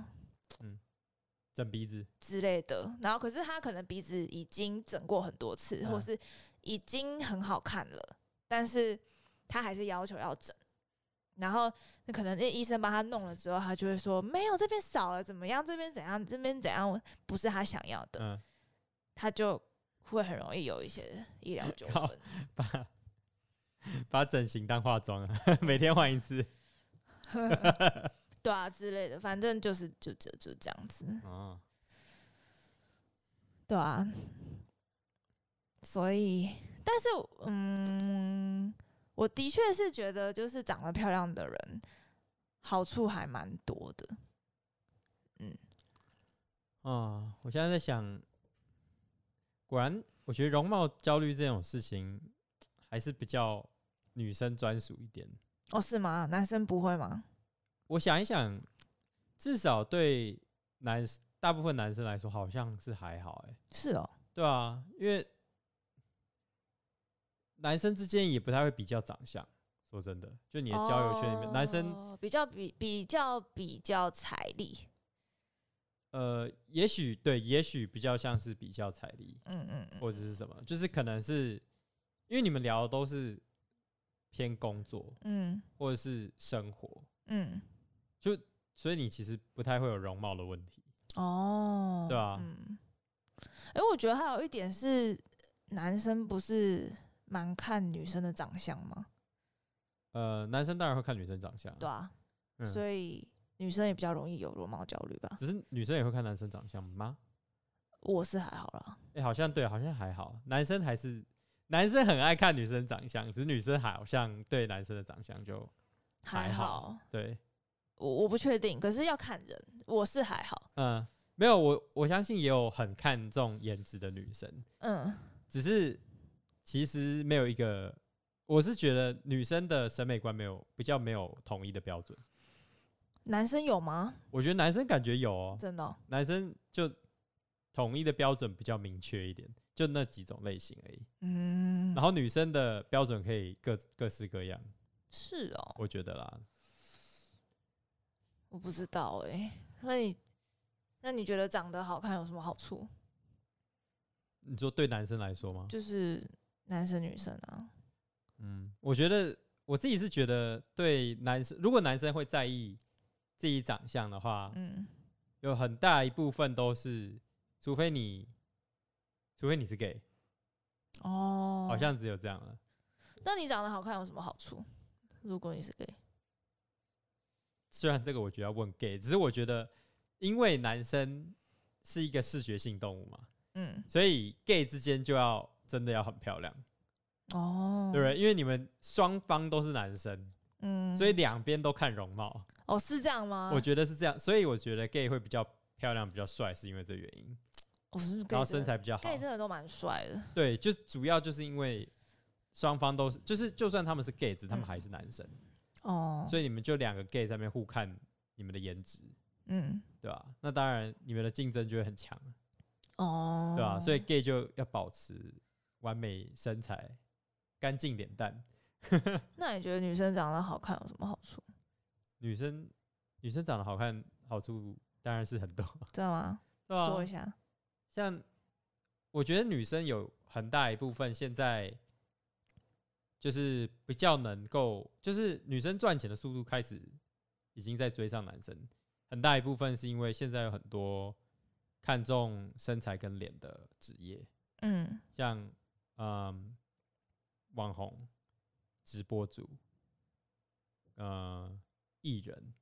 [SPEAKER 1] 整鼻子，
[SPEAKER 2] 之类的。然后可是他可能鼻子已经整过很多次，或
[SPEAKER 1] 嗯
[SPEAKER 2] 是已经很好看了，但是他还是要求要整。然后那可能那医生帮他弄了之后，他就会说没有这边少了怎么样，这边怎样，这边怎样，不是他想要的，
[SPEAKER 1] 嗯， [LAUGHS]
[SPEAKER 2] 他就会很容易有一些医疗纠
[SPEAKER 1] [LAUGHS] 靠
[SPEAKER 2] 纷。
[SPEAKER 1] 把把整形当化妆啊， [LAUGHS] 每天换一次。
[SPEAKER 2] 对啊之类的，反正就是就就就这样子，
[SPEAKER 1] 哦，
[SPEAKER 2] 对啊。所以，但是，嗯，我的确是觉得，就是长得漂亮的人，好处还蛮多的。嗯，
[SPEAKER 1] 啊，我现在在想，果然我觉得容貌焦虑这种事情还是比较女生专属一点。
[SPEAKER 2] 哦，是吗？男生不会吗？
[SPEAKER 1] 我想一想，至少对男大部分男生来说，好像是还好、欸，哎，
[SPEAKER 2] 是哦，
[SPEAKER 1] 对啊，因为男生之间也不太会比较长相。说真的，就你的交友圈里面，男生
[SPEAKER 2] 哦比较比比较比较财力，
[SPEAKER 1] 呃，也许对，也许比较像是比较彩礼，
[SPEAKER 2] 嗯嗯嗯，
[SPEAKER 1] 或者是什么，就是可能是因为你们聊的都是偏工作
[SPEAKER 2] 嗯
[SPEAKER 1] 或者是生活，
[SPEAKER 2] 嗯，
[SPEAKER 1] 所以你其实不太会有容貌的问题。
[SPEAKER 2] 哦，
[SPEAKER 1] 对啊
[SPEAKER 2] 嗯，哎、我觉得还有一点是，男生不是蛮看女生的长相吗？
[SPEAKER 1] 呃，男生当然会看女生长相啊，
[SPEAKER 2] 对啊，
[SPEAKER 1] 嗯
[SPEAKER 2] 所以女生也比较容易有容貌焦虑吧。
[SPEAKER 1] 只是女生也会看男生长相吗？
[SPEAKER 2] 我是还好啦，
[SPEAKER 1] 哎、好像对，好像还好，男生还是男生很爱看女生长相，只是女生好像对男生的长相就还
[SPEAKER 2] 还
[SPEAKER 1] 好
[SPEAKER 2] 好，
[SPEAKER 1] 对，
[SPEAKER 2] 我我不确定，可是要看人，我是还好，
[SPEAKER 1] 嗯，没有，我我相信也有很看重颜值的女生，
[SPEAKER 2] 嗯
[SPEAKER 1] 只是其实没有一个，我是觉得女生的审美观没有比较没有统一的标准。
[SPEAKER 2] 男生有吗？
[SPEAKER 1] 我觉得男生感觉有哦，
[SPEAKER 2] 真的哦、
[SPEAKER 1] 男生就统一的标准比较明确一点，就那几种类型而已。
[SPEAKER 2] 嗯
[SPEAKER 1] 然，后女生的标准可以各各式各样，
[SPEAKER 2] 是哦，
[SPEAKER 1] 我觉得啦。
[SPEAKER 2] 我不知道哎、那你那你觉得长得好看有什么好处？
[SPEAKER 1] 你说对男生来说吗？
[SPEAKER 2] 就是男生女生啊，
[SPEAKER 1] 嗯，我觉得我自己是觉得对男生，如果男生会在意自己长相的话，
[SPEAKER 2] 嗯
[SPEAKER 1] 有很大一部分都是，除非你，除非你是 gay，
[SPEAKER 2] 哦，
[SPEAKER 1] 好像只有这样了。
[SPEAKER 2] 那你长得好看有什么好处？如果你是 gay，
[SPEAKER 1] 虽然这个我觉得要问 gay，只是我觉得，因为男生是一个视觉性动物嘛，
[SPEAKER 2] 嗯，
[SPEAKER 1] 所以 gay 之间就要真的要很漂亮，
[SPEAKER 2] 哦，
[SPEAKER 1] 对不对？因为你们双方都是男生，
[SPEAKER 2] 嗯，
[SPEAKER 1] 所以两边都看容貌，
[SPEAKER 2] 哦是这样吗？
[SPEAKER 1] 我觉得是这样。所以我觉得 gay 会比较漂亮、比较帅，是因为这原因，
[SPEAKER 2] 我哦是 gay，
[SPEAKER 1] 然后身材比较好
[SPEAKER 2] gay。真的都蛮帅的，
[SPEAKER 1] 对，就是主要就是因为双方都是，就是就算他们是 gay，只是他
[SPEAKER 2] 嗯
[SPEAKER 1] 们还是男生。
[SPEAKER 2] 哦，
[SPEAKER 1] 所以你们就两个 gay 在那边互看你们的颜值，
[SPEAKER 2] 嗯，
[SPEAKER 1] 对吧、那当然你们的竞争就会很强，
[SPEAKER 2] 哦，
[SPEAKER 1] 对吧、所以 gay 就要保持完美身材、干净脸蛋。 [LAUGHS]
[SPEAKER 2] 那你觉得女生长得好看有什么好处？
[SPEAKER 1] 女生女生长得好看，好处当然是很多，
[SPEAKER 2] 知道吗？
[SPEAKER 1] 对啊吧、
[SPEAKER 2] 说一下，
[SPEAKER 1] 像我觉得女生有很大一部分现在就是比较能够，就是女生赚钱的速度开始已经在追上男生，很大一部分是因为现在有很多看重身材跟脸的职业，
[SPEAKER 2] 嗯
[SPEAKER 1] 像嗯网红、直播主、嗯艺人，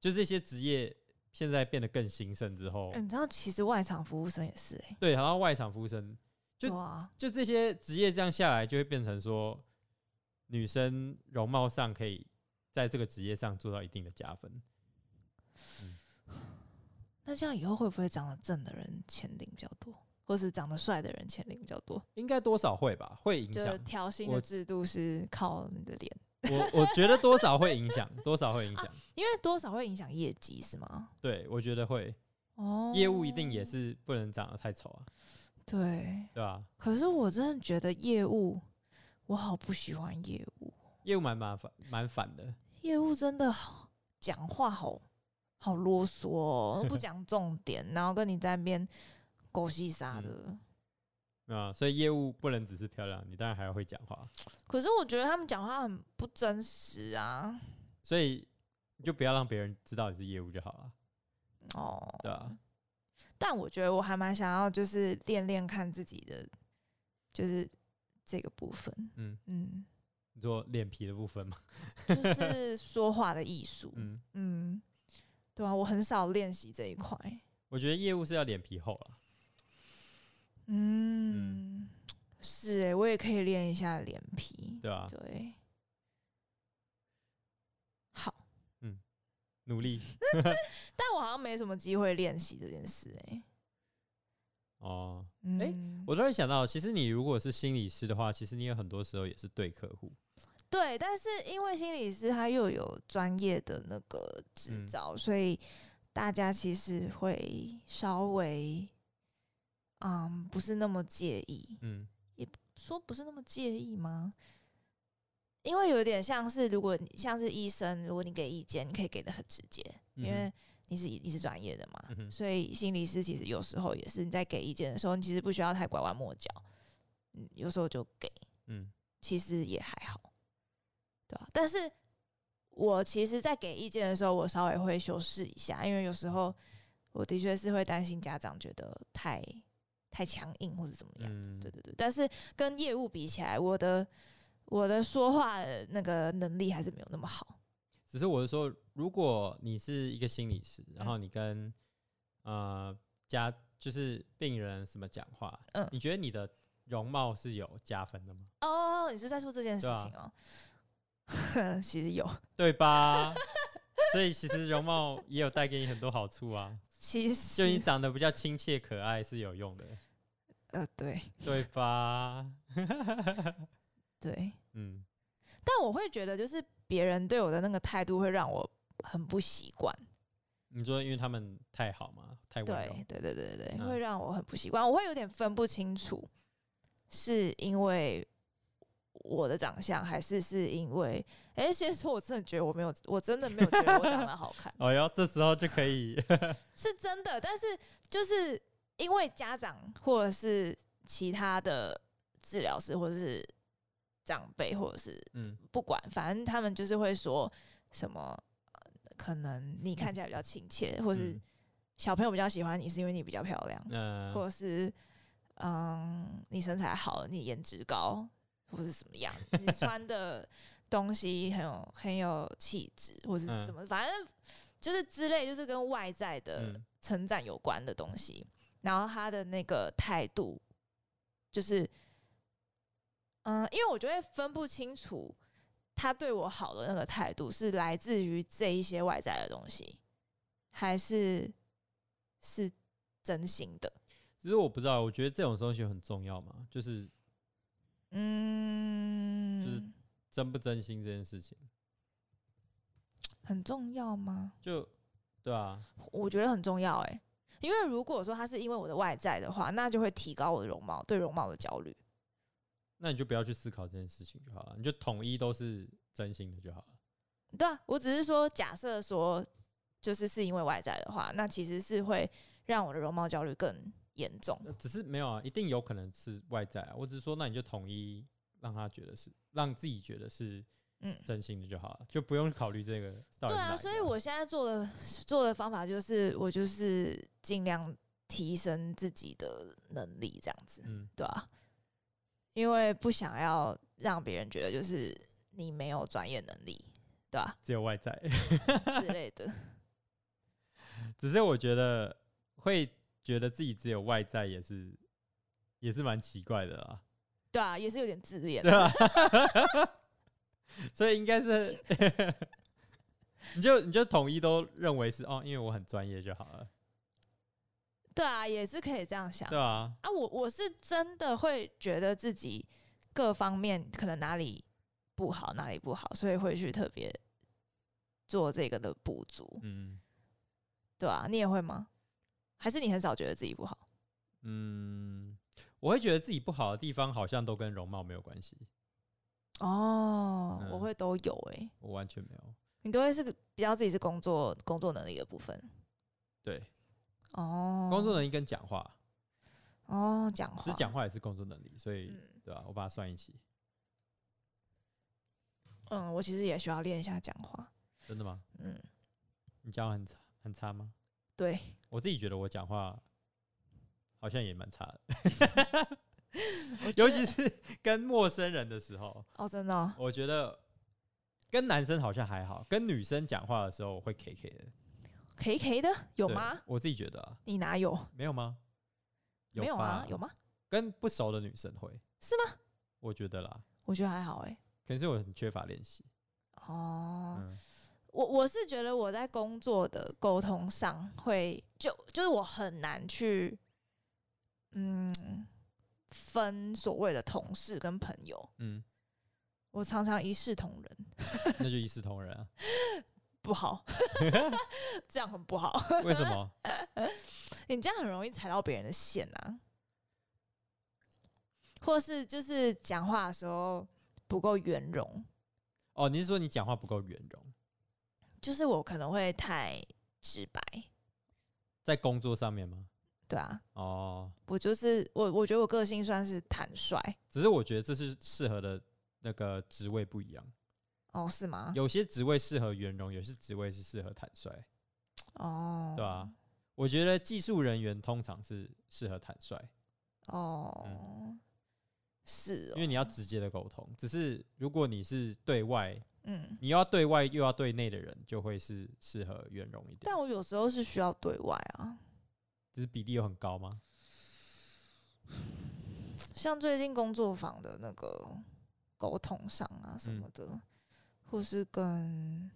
[SPEAKER 1] 就这些职业现在变得更兴盛之后
[SPEAKER 2] 哎，你知道其实外场服务生也是哎，
[SPEAKER 1] 对，然后外场服务生。就
[SPEAKER 2] 对啊，
[SPEAKER 1] 就这些职业这样下来，就会变成说，女生容貌上可以在这个职业上做到一定的加分。
[SPEAKER 2] 那这样以后会不会长得正的人钱领比较多，或是长得帅的人钱领比较多？
[SPEAKER 1] 应该多少会吧，会影
[SPEAKER 2] 就
[SPEAKER 1] 响。
[SPEAKER 2] 调薪
[SPEAKER 1] 我
[SPEAKER 2] 的制度是靠你的脸，
[SPEAKER 1] 我我觉得多少会影响， [LAUGHS] 多少会影响。
[SPEAKER 2] 因为多少会影响业绩是吗？
[SPEAKER 1] 对，我觉得会。
[SPEAKER 2] 哦，
[SPEAKER 1] 业务一定也是不能长得太丑啊，
[SPEAKER 2] 对。
[SPEAKER 1] 对吧、
[SPEAKER 2] 可是我真的觉得业务，我好不喜欢业务，
[SPEAKER 1] 业务蛮麻烦，蛮烦的。
[SPEAKER 2] 业务真的好讲话好好啰嗦、
[SPEAKER 1] [LAUGHS]
[SPEAKER 2] 哦，不讲重点，然后跟你在那边狗戏啥的。
[SPEAKER 1] 嗯啊、所以业务不能只是漂亮，你当然还要会讲话。
[SPEAKER 2] 可是我觉得他们讲话很不真实啊。
[SPEAKER 1] 所以你就不要让别人知道你是业务就好了，
[SPEAKER 2] 哦，
[SPEAKER 1] 对吧、啊
[SPEAKER 2] 但我觉得我还蛮想要，就是练练看自己的，就是这个部分。
[SPEAKER 1] 嗯，
[SPEAKER 2] 嗯，
[SPEAKER 1] 你说脸皮的部分嘛，
[SPEAKER 2] 就是说话的艺术。
[SPEAKER 1] [LAUGHS] 嗯，
[SPEAKER 2] 嗯，对啊，我很少练习这一块。
[SPEAKER 1] 我觉得业务是要脸皮厚了。
[SPEAKER 2] 嗯，是哎、我也可以练一下脸皮。
[SPEAKER 1] 对啊，
[SPEAKER 2] 对，好，
[SPEAKER 1] 努力。
[SPEAKER 2] 但我好像没什么机会练习这件事哎、
[SPEAKER 1] 哦，诶
[SPEAKER 2] 嗯，
[SPEAKER 1] 我突然想到，其实你如果是心理师的话，其实你有很多时候也是对客户，
[SPEAKER 2] 对，但是因为心理师他又有专业的那个执
[SPEAKER 1] 嗯
[SPEAKER 2] 照，所以大家其实会稍微，嗯，不是那么介意。
[SPEAKER 1] 嗯
[SPEAKER 2] 说不是那么介意吗？因为有点像是，如果你像是医生，如果你给意见，你可以给的很直接，
[SPEAKER 1] 嗯哼
[SPEAKER 2] 因为你是你是专业的嘛，
[SPEAKER 1] 嗯哼
[SPEAKER 2] 所以心理师其实有时候也是你在给意见的时候，你其实不需要太拐弯抹角，嗯，有时候就给，
[SPEAKER 1] 嗯
[SPEAKER 2] 其实也还好，对吧、但是我其实，在给意见的时候，我稍微会修饰一下，因为有时候我的确是会担心家长觉得太太强硬或者怎么样。
[SPEAKER 1] 嗯，
[SPEAKER 2] 对对对，但是跟业务比起来，我的我的说话的那个能力还是没有那么好。
[SPEAKER 1] 只是我是说，如果你是一个心理师，然
[SPEAKER 2] 嗯
[SPEAKER 1] 后你跟呃家就是病人什么讲话，
[SPEAKER 2] 嗯
[SPEAKER 1] 你觉得你的容貌是有加分的吗？
[SPEAKER 2] 哦，你是在说这件事
[SPEAKER 1] 对啊
[SPEAKER 2] 情哦？哦 [LAUGHS] 其实有，
[SPEAKER 1] 对
[SPEAKER 2] [LAUGHS]
[SPEAKER 1] 吧？所以其实容貌也有带给你很多好处
[SPEAKER 2] [LAUGHS]
[SPEAKER 1] 啊，
[SPEAKER 2] 其
[SPEAKER 1] 就你
[SPEAKER 2] 实
[SPEAKER 1] 长得比较亲切可爱是有用的，
[SPEAKER 2] 呃，对
[SPEAKER 1] 对吧？ [LAUGHS]
[SPEAKER 2] 对，
[SPEAKER 1] 嗯
[SPEAKER 2] 但我会觉得就是别人对我的那个态度会让我很不习惯。
[SPEAKER 1] 你说因为他们太好嘛，太温柔
[SPEAKER 2] 对，对对对对，
[SPEAKER 1] 嗯，
[SPEAKER 2] 会让我很不习惯，我会有点分不清楚，是因为我的长相，还是是因为……哎、先说我真的觉得我没有，我真的没有觉得我长得好看
[SPEAKER 1] 哦哟，这时候就可
[SPEAKER 2] [LAUGHS]
[SPEAKER 1] 以，
[SPEAKER 2] 是真的。但是就是因为家长或者是其他的治疗师，或者是长辈，或者是
[SPEAKER 1] 嗯
[SPEAKER 2] 不管，反正他们就是会说什么。呃可能你看起来比较亲切，或是
[SPEAKER 1] 嗯
[SPEAKER 2] 小朋友比较喜欢你，是因为你比较漂亮。
[SPEAKER 1] 嗯
[SPEAKER 2] 或者是嗯，你身材好，你颜值高，或是怎么样，你穿的东西很有很有气质，或是
[SPEAKER 1] 嗯
[SPEAKER 2] 什么，反正就是之类，就是跟外在的
[SPEAKER 1] 嗯
[SPEAKER 2] 称赞有关的东西。然后他的那个态度，就是嗯，因为我就会分不清楚。他对我好的那个态度是来自于这一些外在的东西，还是是真心的？
[SPEAKER 1] 其实我不知道，我觉得这种东西很重要嘛，就是
[SPEAKER 2] 嗯，
[SPEAKER 1] 真不真心这件事情，
[SPEAKER 2] 很重要吗？
[SPEAKER 1] 就对啊，
[SPEAKER 2] 我觉得很重要哎、因为如果说他是因为我的外在的话，那就会提高我的容貌对容貌的焦虑。
[SPEAKER 1] 那你就不要去思考这件事情就好了，你就统一都是真心的就好了。
[SPEAKER 2] 对啊，我只是说假设说就是是因为外在的话，那其实是会让我的容貌焦虑更严重。
[SPEAKER 1] 那只是没有啊，一定有可能是外在啊。我只是说，那你就统一让他觉得是，让自己觉得是
[SPEAKER 2] 嗯，
[SPEAKER 1] 真心的就好了，就不用考虑这个到底是哪
[SPEAKER 2] 对
[SPEAKER 1] 一个
[SPEAKER 2] 啊，
[SPEAKER 1] 啊。
[SPEAKER 2] 所以我现在做的做的方法就是我就是尽量提升自己的能力，这样子。
[SPEAKER 1] 嗯
[SPEAKER 2] 对啊，因为不想要让别人觉得就是你没有专业能力，对吧、
[SPEAKER 1] 只有外在，
[SPEAKER 2] 之类的。 [LAUGHS]
[SPEAKER 1] 只是我觉得会觉得自己只有外在也是也是蛮奇怪的啦，
[SPEAKER 2] 对啊，也是有点自恋
[SPEAKER 1] 对。啊吧？ [LAUGHS] 所以应该是 [LAUGHS] 你就你就统一都认为是哦，因为我很专业就好了，
[SPEAKER 2] 对啊，也是可以这样想
[SPEAKER 1] 对。啊，
[SPEAKER 2] 啊，我我是真的会觉得自己各方面可能哪里不好，哪里不好，所以会去特别做这个的补足，
[SPEAKER 1] 嗯
[SPEAKER 2] 对啊，你也会吗？还是你很少觉得自己不好？
[SPEAKER 1] 嗯，我会觉得自己不好的地方好像都跟容貌没有关系，
[SPEAKER 2] 哦，
[SPEAKER 1] 嗯
[SPEAKER 2] 我会都有欸诶、
[SPEAKER 1] 我完全没有。
[SPEAKER 2] 你都会是个比较自己是工作工作能力的部分
[SPEAKER 1] 对，
[SPEAKER 2] 哦，
[SPEAKER 1] 工作能力跟讲话，
[SPEAKER 2] 哦，讲
[SPEAKER 1] 只
[SPEAKER 2] 话
[SPEAKER 1] 是讲话也是工作能力，所以
[SPEAKER 2] 嗯
[SPEAKER 1] 对吧、我把它算一起，
[SPEAKER 2] 嗯，我其实也需要练一下讲话。
[SPEAKER 1] 真的吗？
[SPEAKER 2] 嗯，
[SPEAKER 1] 你讲话很差很差吗？
[SPEAKER 2] 对，
[SPEAKER 1] 我自己觉得我讲话好像也蛮差的，
[SPEAKER 2] 我觉
[SPEAKER 1] 尤
[SPEAKER 2] 得
[SPEAKER 1] 其是跟陌生人的时候，
[SPEAKER 2] 哦，真的哦
[SPEAKER 1] 我觉得跟男生好像还好，跟女生讲话的时候我会 K K 的，
[SPEAKER 2] ，K K 的有
[SPEAKER 1] 对
[SPEAKER 2] 吗？？
[SPEAKER 1] 我自己觉得啊，
[SPEAKER 2] 你哪有？
[SPEAKER 1] 没有吗？
[SPEAKER 2] 没有啊
[SPEAKER 1] 吧？
[SPEAKER 2] 有吗？
[SPEAKER 1] 跟不熟的女生会，
[SPEAKER 2] 是吗？
[SPEAKER 1] 我觉得啦，
[SPEAKER 2] 我觉得还好哎、
[SPEAKER 1] 可能是我很缺乏练习。
[SPEAKER 2] 哦，
[SPEAKER 1] 嗯
[SPEAKER 2] 我我是觉得我在工作的沟通上会就就是我很难去嗯分所谓的同事跟朋友，
[SPEAKER 1] 嗯，
[SPEAKER 2] 我常常一视同仁，
[SPEAKER 1] 那就一视同仁啊。
[SPEAKER 2] 不好，这样很不好， [LAUGHS]
[SPEAKER 1] 为什么？
[SPEAKER 2] 你这样很容易踩到别人的线啊，或是就是讲话的时候不够圆融，
[SPEAKER 1] 哦，你是说你讲话不够圆融，
[SPEAKER 2] 就是我可能会太直白，
[SPEAKER 1] 在工作上面吗？
[SPEAKER 2] 对啊，
[SPEAKER 1] 哦，
[SPEAKER 2] 我就是我，我觉得我个性算是坦率
[SPEAKER 1] 只是我觉得这是适合的那个职位不一样，
[SPEAKER 2] 哦，是吗？
[SPEAKER 1] 有些职位适合圆融，有些职位是适合坦率，
[SPEAKER 2] 哦，
[SPEAKER 1] 对啊，我觉得技术人员通常是适合坦率，
[SPEAKER 2] 哦，是哦，
[SPEAKER 1] 因为你要直接的沟通。只是如果你是对外，
[SPEAKER 2] 嗯，
[SPEAKER 1] 你又要对外又要对内的人，就会是适合圆融一点
[SPEAKER 2] 但。我有时候是需要对外啊，
[SPEAKER 1] 只是比例有很高吗？
[SPEAKER 2] 像最近工作坊的那个沟通上啊什
[SPEAKER 1] 嗯
[SPEAKER 2] 么的，或是跟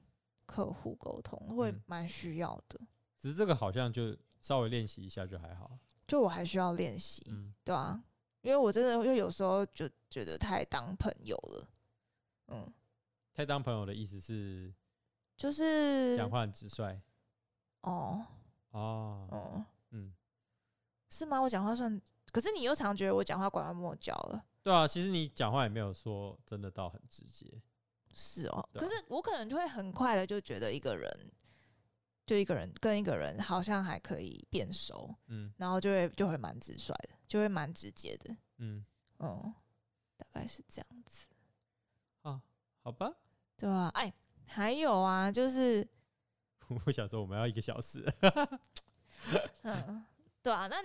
[SPEAKER 2] 客户沟通，会
[SPEAKER 1] 嗯
[SPEAKER 2] 蛮需要的。
[SPEAKER 1] 只是这个好像就稍微练习一下就还好。
[SPEAKER 2] 就我还需要练习，
[SPEAKER 1] 嗯，
[SPEAKER 2] 对啊，因为我真的又有时候就觉得太当朋友了，嗯，
[SPEAKER 1] 太当朋友的意思是
[SPEAKER 2] 就是
[SPEAKER 1] 讲话很直率
[SPEAKER 2] 哦
[SPEAKER 1] 哦。
[SPEAKER 2] 哦，
[SPEAKER 1] 嗯，
[SPEAKER 2] 是吗？我讲话算，可是你又常觉得我讲话拐弯抹角了。
[SPEAKER 1] 对啊，其实你讲话也没有说真的到很直接。
[SPEAKER 2] 是哦，
[SPEAKER 1] 对
[SPEAKER 2] 可
[SPEAKER 1] 啊
[SPEAKER 2] 是我可能就会很快的就觉得一个人，就一个人跟一个人好像还可以变熟，
[SPEAKER 1] 嗯
[SPEAKER 2] 然后就会就会蛮直率的，就会蛮直接的，
[SPEAKER 1] 嗯
[SPEAKER 2] 嗯，大概是这样子，
[SPEAKER 1] 啊，好吧。 [LAUGHS]
[SPEAKER 2] 对啊，哎，还有啊，就是
[SPEAKER 1] 我想说我们要一个小时了， [LAUGHS]
[SPEAKER 2] 嗯，对啊，那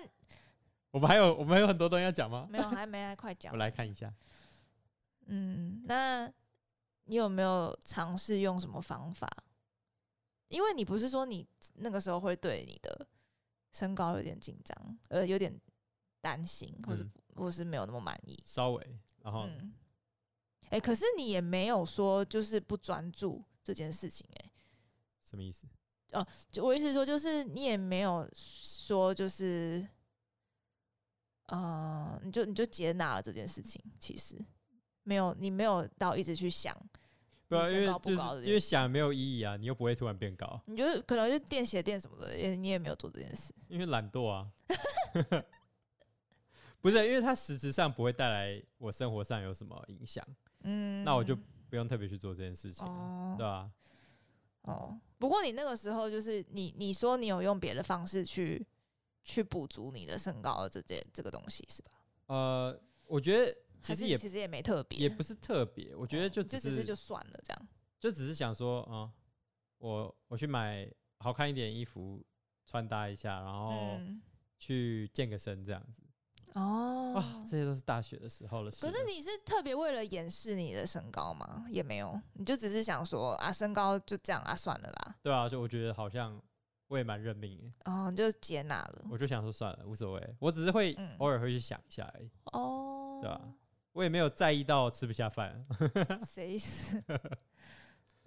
[SPEAKER 1] 我们还有我们还有很多东西要讲吗？
[SPEAKER 2] 没有还没来，快讲
[SPEAKER 1] [LAUGHS] 我，来看一下。
[SPEAKER 2] 嗯，那你有没有尝试用什么方法？因为你不是说你那个时候会对你的身高有点紧张，呃，有点担心，或是、
[SPEAKER 1] 嗯哦
[SPEAKER 2] 或是没有那么满意。
[SPEAKER 1] 稍微，然后、
[SPEAKER 2] 嗯，哎、可是你也没有说就是不专注这件事情、欸，
[SPEAKER 1] 什么意思？
[SPEAKER 2] 就我意思是说，就是你也没有说就是，呃，你就你就接纳了这件事情，其实没有，你没有到一直去想。
[SPEAKER 1] 不要，啊
[SPEAKER 2] 你
[SPEAKER 1] 因
[SPEAKER 2] 身
[SPEAKER 1] 为
[SPEAKER 2] 高不
[SPEAKER 1] 就是
[SPEAKER 2] 高的
[SPEAKER 1] 因为想没有意义啊，你又不会突然变
[SPEAKER 2] [LAUGHS]
[SPEAKER 1] 高，
[SPEAKER 2] 你就是可能就垫鞋垫什么的，也你也没有做这件事。
[SPEAKER 1] 因为懒惰啊。 [LAUGHS] 不是，因为它实质上不会带来我生活上有什么影响，
[SPEAKER 2] 嗯
[SPEAKER 1] 那我就不用特别去做这件事情啊，
[SPEAKER 2] 哦
[SPEAKER 1] 对吧、
[SPEAKER 2] 哦。不过你那个时候就是你你说你有用别的方式去去补足你的身高的这件这个东西是吧？
[SPEAKER 1] 呃，我觉得其
[SPEAKER 2] 还
[SPEAKER 1] 实
[SPEAKER 2] 是
[SPEAKER 1] 也
[SPEAKER 2] 其实也没特别，
[SPEAKER 1] 也不是特别，我
[SPEAKER 2] 我
[SPEAKER 1] 觉得就
[SPEAKER 2] 就
[SPEAKER 1] 只
[SPEAKER 2] 只
[SPEAKER 1] 是
[SPEAKER 2] 就算了这样。
[SPEAKER 1] 就只是想说，嗯，我我去买好看一点衣服穿搭一下，然后
[SPEAKER 2] 嗯，
[SPEAKER 1] 去健个身这样子
[SPEAKER 2] 哦。
[SPEAKER 1] 啊，这些都是大学的时候的事
[SPEAKER 2] 可
[SPEAKER 1] 了。
[SPEAKER 2] 是你是特别为了掩饰你的身高吗？也没有，你就只是想说啊，身高就这样啊，算了啦，
[SPEAKER 1] 对啊，就我觉得好像我也蛮认命的，
[SPEAKER 2] 哦，你就接纳了，
[SPEAKER 1] 我就想说算了，无所谓，我只是会
[SPEAKER 2] 嗯
[SPEAKER 1] 偶尔会去想一下而已，
[SPEAKER 2] 哦，
[SPEAKER 1] 对吧、啊我也没有在意到吃不下饭，[LAUGHS]
[SPEAKER 2] 谁是？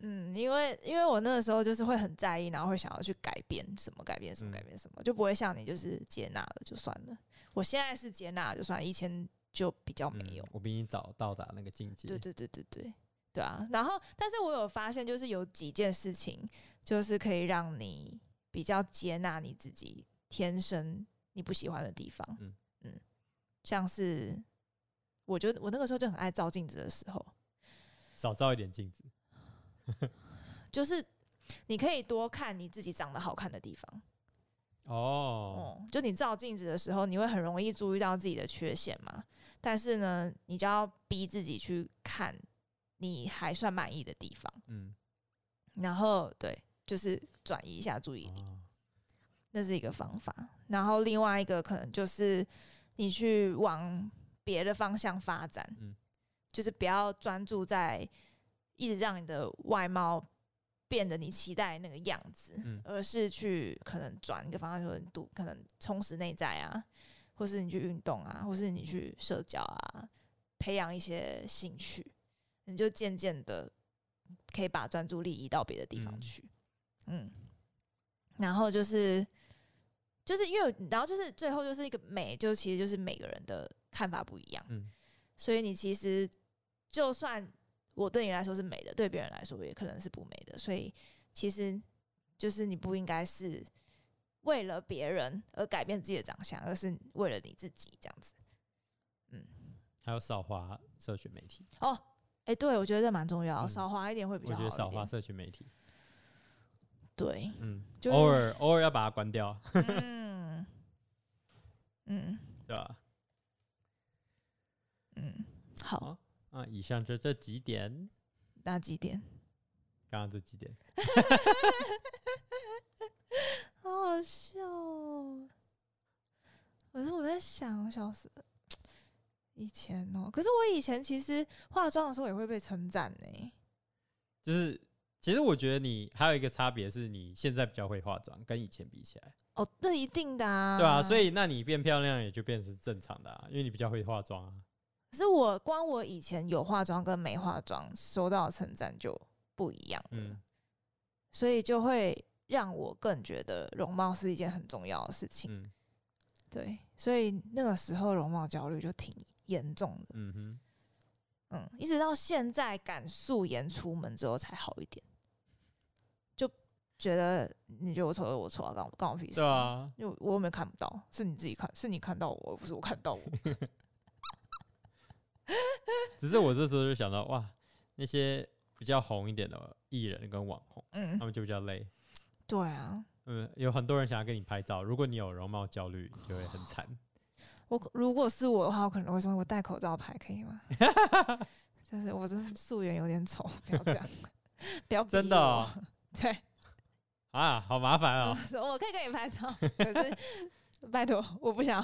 [SPEAKER 2] 嗯，因为因为我那个时候就是会很在意，然后会想要去改变什么，改变什么，
[SPEAKER 1] 嗯
[SPEAKER 2] 改变什么，就不会像你就是接纳了就算了。我现在是接纳了就算了，以前就比较哦没有
[SPEAKER 1] 嗯。我比你早到达那个境界。
[SPEAKER 2] 对对对对对对啊！然后，但是我有发现，就是有几件事情，就是可以让你比较接纳你自己天生你不喜欢的地方。嗯
[SPEAKER 1] 嗯
[SPEAKER 2] 像是我觉得我那个时候就很爱照镜子的时候，
[SPEAKER 1] 少照一点镜子，
[SPEAKER 2] 就是你可以多看你自己长得好看的地方。
[SPEAKER 1] 哦，
[SPEAKER 2] 哦、就你照镜子的时候，你会很容易注意到自己的缺陷嘛。但是呢，你就要逼自己去看你还算满意的地方，
[SPEAKER 1] 嗯，
[SPEAKER 2] 然后对，就是转移一下注意力，
[SPEAKER 1] 哦
[SPEAKER 2] 那是一个方法。然后另外一个可能就是你去往别的方向发展，
[SPEAKER 1] 嗯
[SPEAKER 2] 就是不要专注在一直让你的外貌变得你期待的那个样子，
[SPEAKER 1] 嗯
[SPEAKER 2] 而是去可能转一个方向，就是读可能充实内在啊，或是你去运动啊，或是你去社交啊，培养一些兴趣，你就渐渐的可以把专注力移到别的地方
[SPEAKER 1] 嗯
[SPEAKER 2] 去，嗯然后就是就是因为然后就是最后就是一个美，就其实就是每个人的看法不一样，
[SPEAKER 1] 嗯
[SPEAKER 2] 所以你其实就算我对你来说是美的，对别人来说也可能是不美的，所以其实就是你不应该是为了别人而改变自己的长相，而是为了你自己这样子。
[SPEAKER 1] 还有少花社群媒体，
[SPEAKER 2] 哦，哎、对我觉得这蛮重要，
[SPEAKER 1] 嗯
[SPEAKER 2] 少花一点会比
[SPEAKER 1] 我
[SPEAKER 2] 较
[SPEAKER 1] 觉
[SPEAKER 2] 好一
[SPEAKER 1] 得
[SPEAKER 2] 点。
[SPEAKER 1] 少花社群媒体，
[SPEAKER 2] 对，
[SPEAKER 1] 嗯，
[SPEAKER 2] 就是
[SPEAKER 1] 偶尔偶尔要把它关掉，
[SPEAKER 2] 嗯嗯
[SPEAKER 1] 对吧？
[SPEAKER 2] 嗯，好，
[SPEAKER 1] 啊，以上就这几点，
[SPEAKER 2] 那几点？
[SPEAKER 1] 刚刚这几点，
[SPEAKER 2] [LAUGHS] 好好笑哦！可是我在想，我小时以前哦，可是我以前其实化妆的时候也会被称赞呢。
[SPEAKER 1] 就是其实我觉得你还有一个差别是你现在比较会化妆，跟以前比起来，
[SPEAKER 2] 哦，那一定的啊，
[SPEAKER 1] 对吧、所以那你变漂亮也就变成是正常的啊，因为你比较会化妆啊。
[SPEAKER 2] 可是我光我以前有化妆跟没化妆收到的称赞就不一样了，
[SPEAKER 1] 嗯
[SPEAKER 2] 所以就会让我更觉得容貌是一件很重要的事情。
[SPEAKER 1] 嗯
[SPEAKER 2] 对，所以那个时候容貌焦虑就挺严重的，
[SPEAKER 1] 嗯哼，
[SPEAKER 2] 嗯，一直到现在敢素颜出门之后才好一点，就觉得你觉得我丑就我丑啊，干我干我屁事？
[SPEAKER 1] 对，啊，
[SPEAKER 2] 因为我又没有看不到，是你自己看，是你看到我，不是我看
[SPEAKER 1] [LAUGHS]
[SPEAKER 2] 到我。
[SPEAKER 1] 只是我这时候就想到，哇，那些比较红一点的艺人跟网红，
[SPEAKER 2] 嗯
[SPEAKER 1] 他，们就比较累。
[SPEAKER 2] 对啊，
[SPEAKER 1] 嗯，有很多人想要跟你拍照，如果你有容貌焦虑，就会很惨。
[SPEAKER 2] 我可如果是我的话，我可能会说我戴口罩拍可以吗？ [LAUGHS] 就是我真的素颜有点丑，不要这样， [LAUGHS] 不要逼
[SPEAKER 1] 真的
[SPEAKER 2] 我
[SPEAKER 1] 哦
[SPEAKER 2] [LAUGHS] 对。
[SPEAKER 1] 啊，好麻烦
[SPEAKER 2] 我
[SPEAKER 1] 哦。
[SPEAKER 2] [LAUGHS] 说我可以跟你拍照，可是拜托，我不想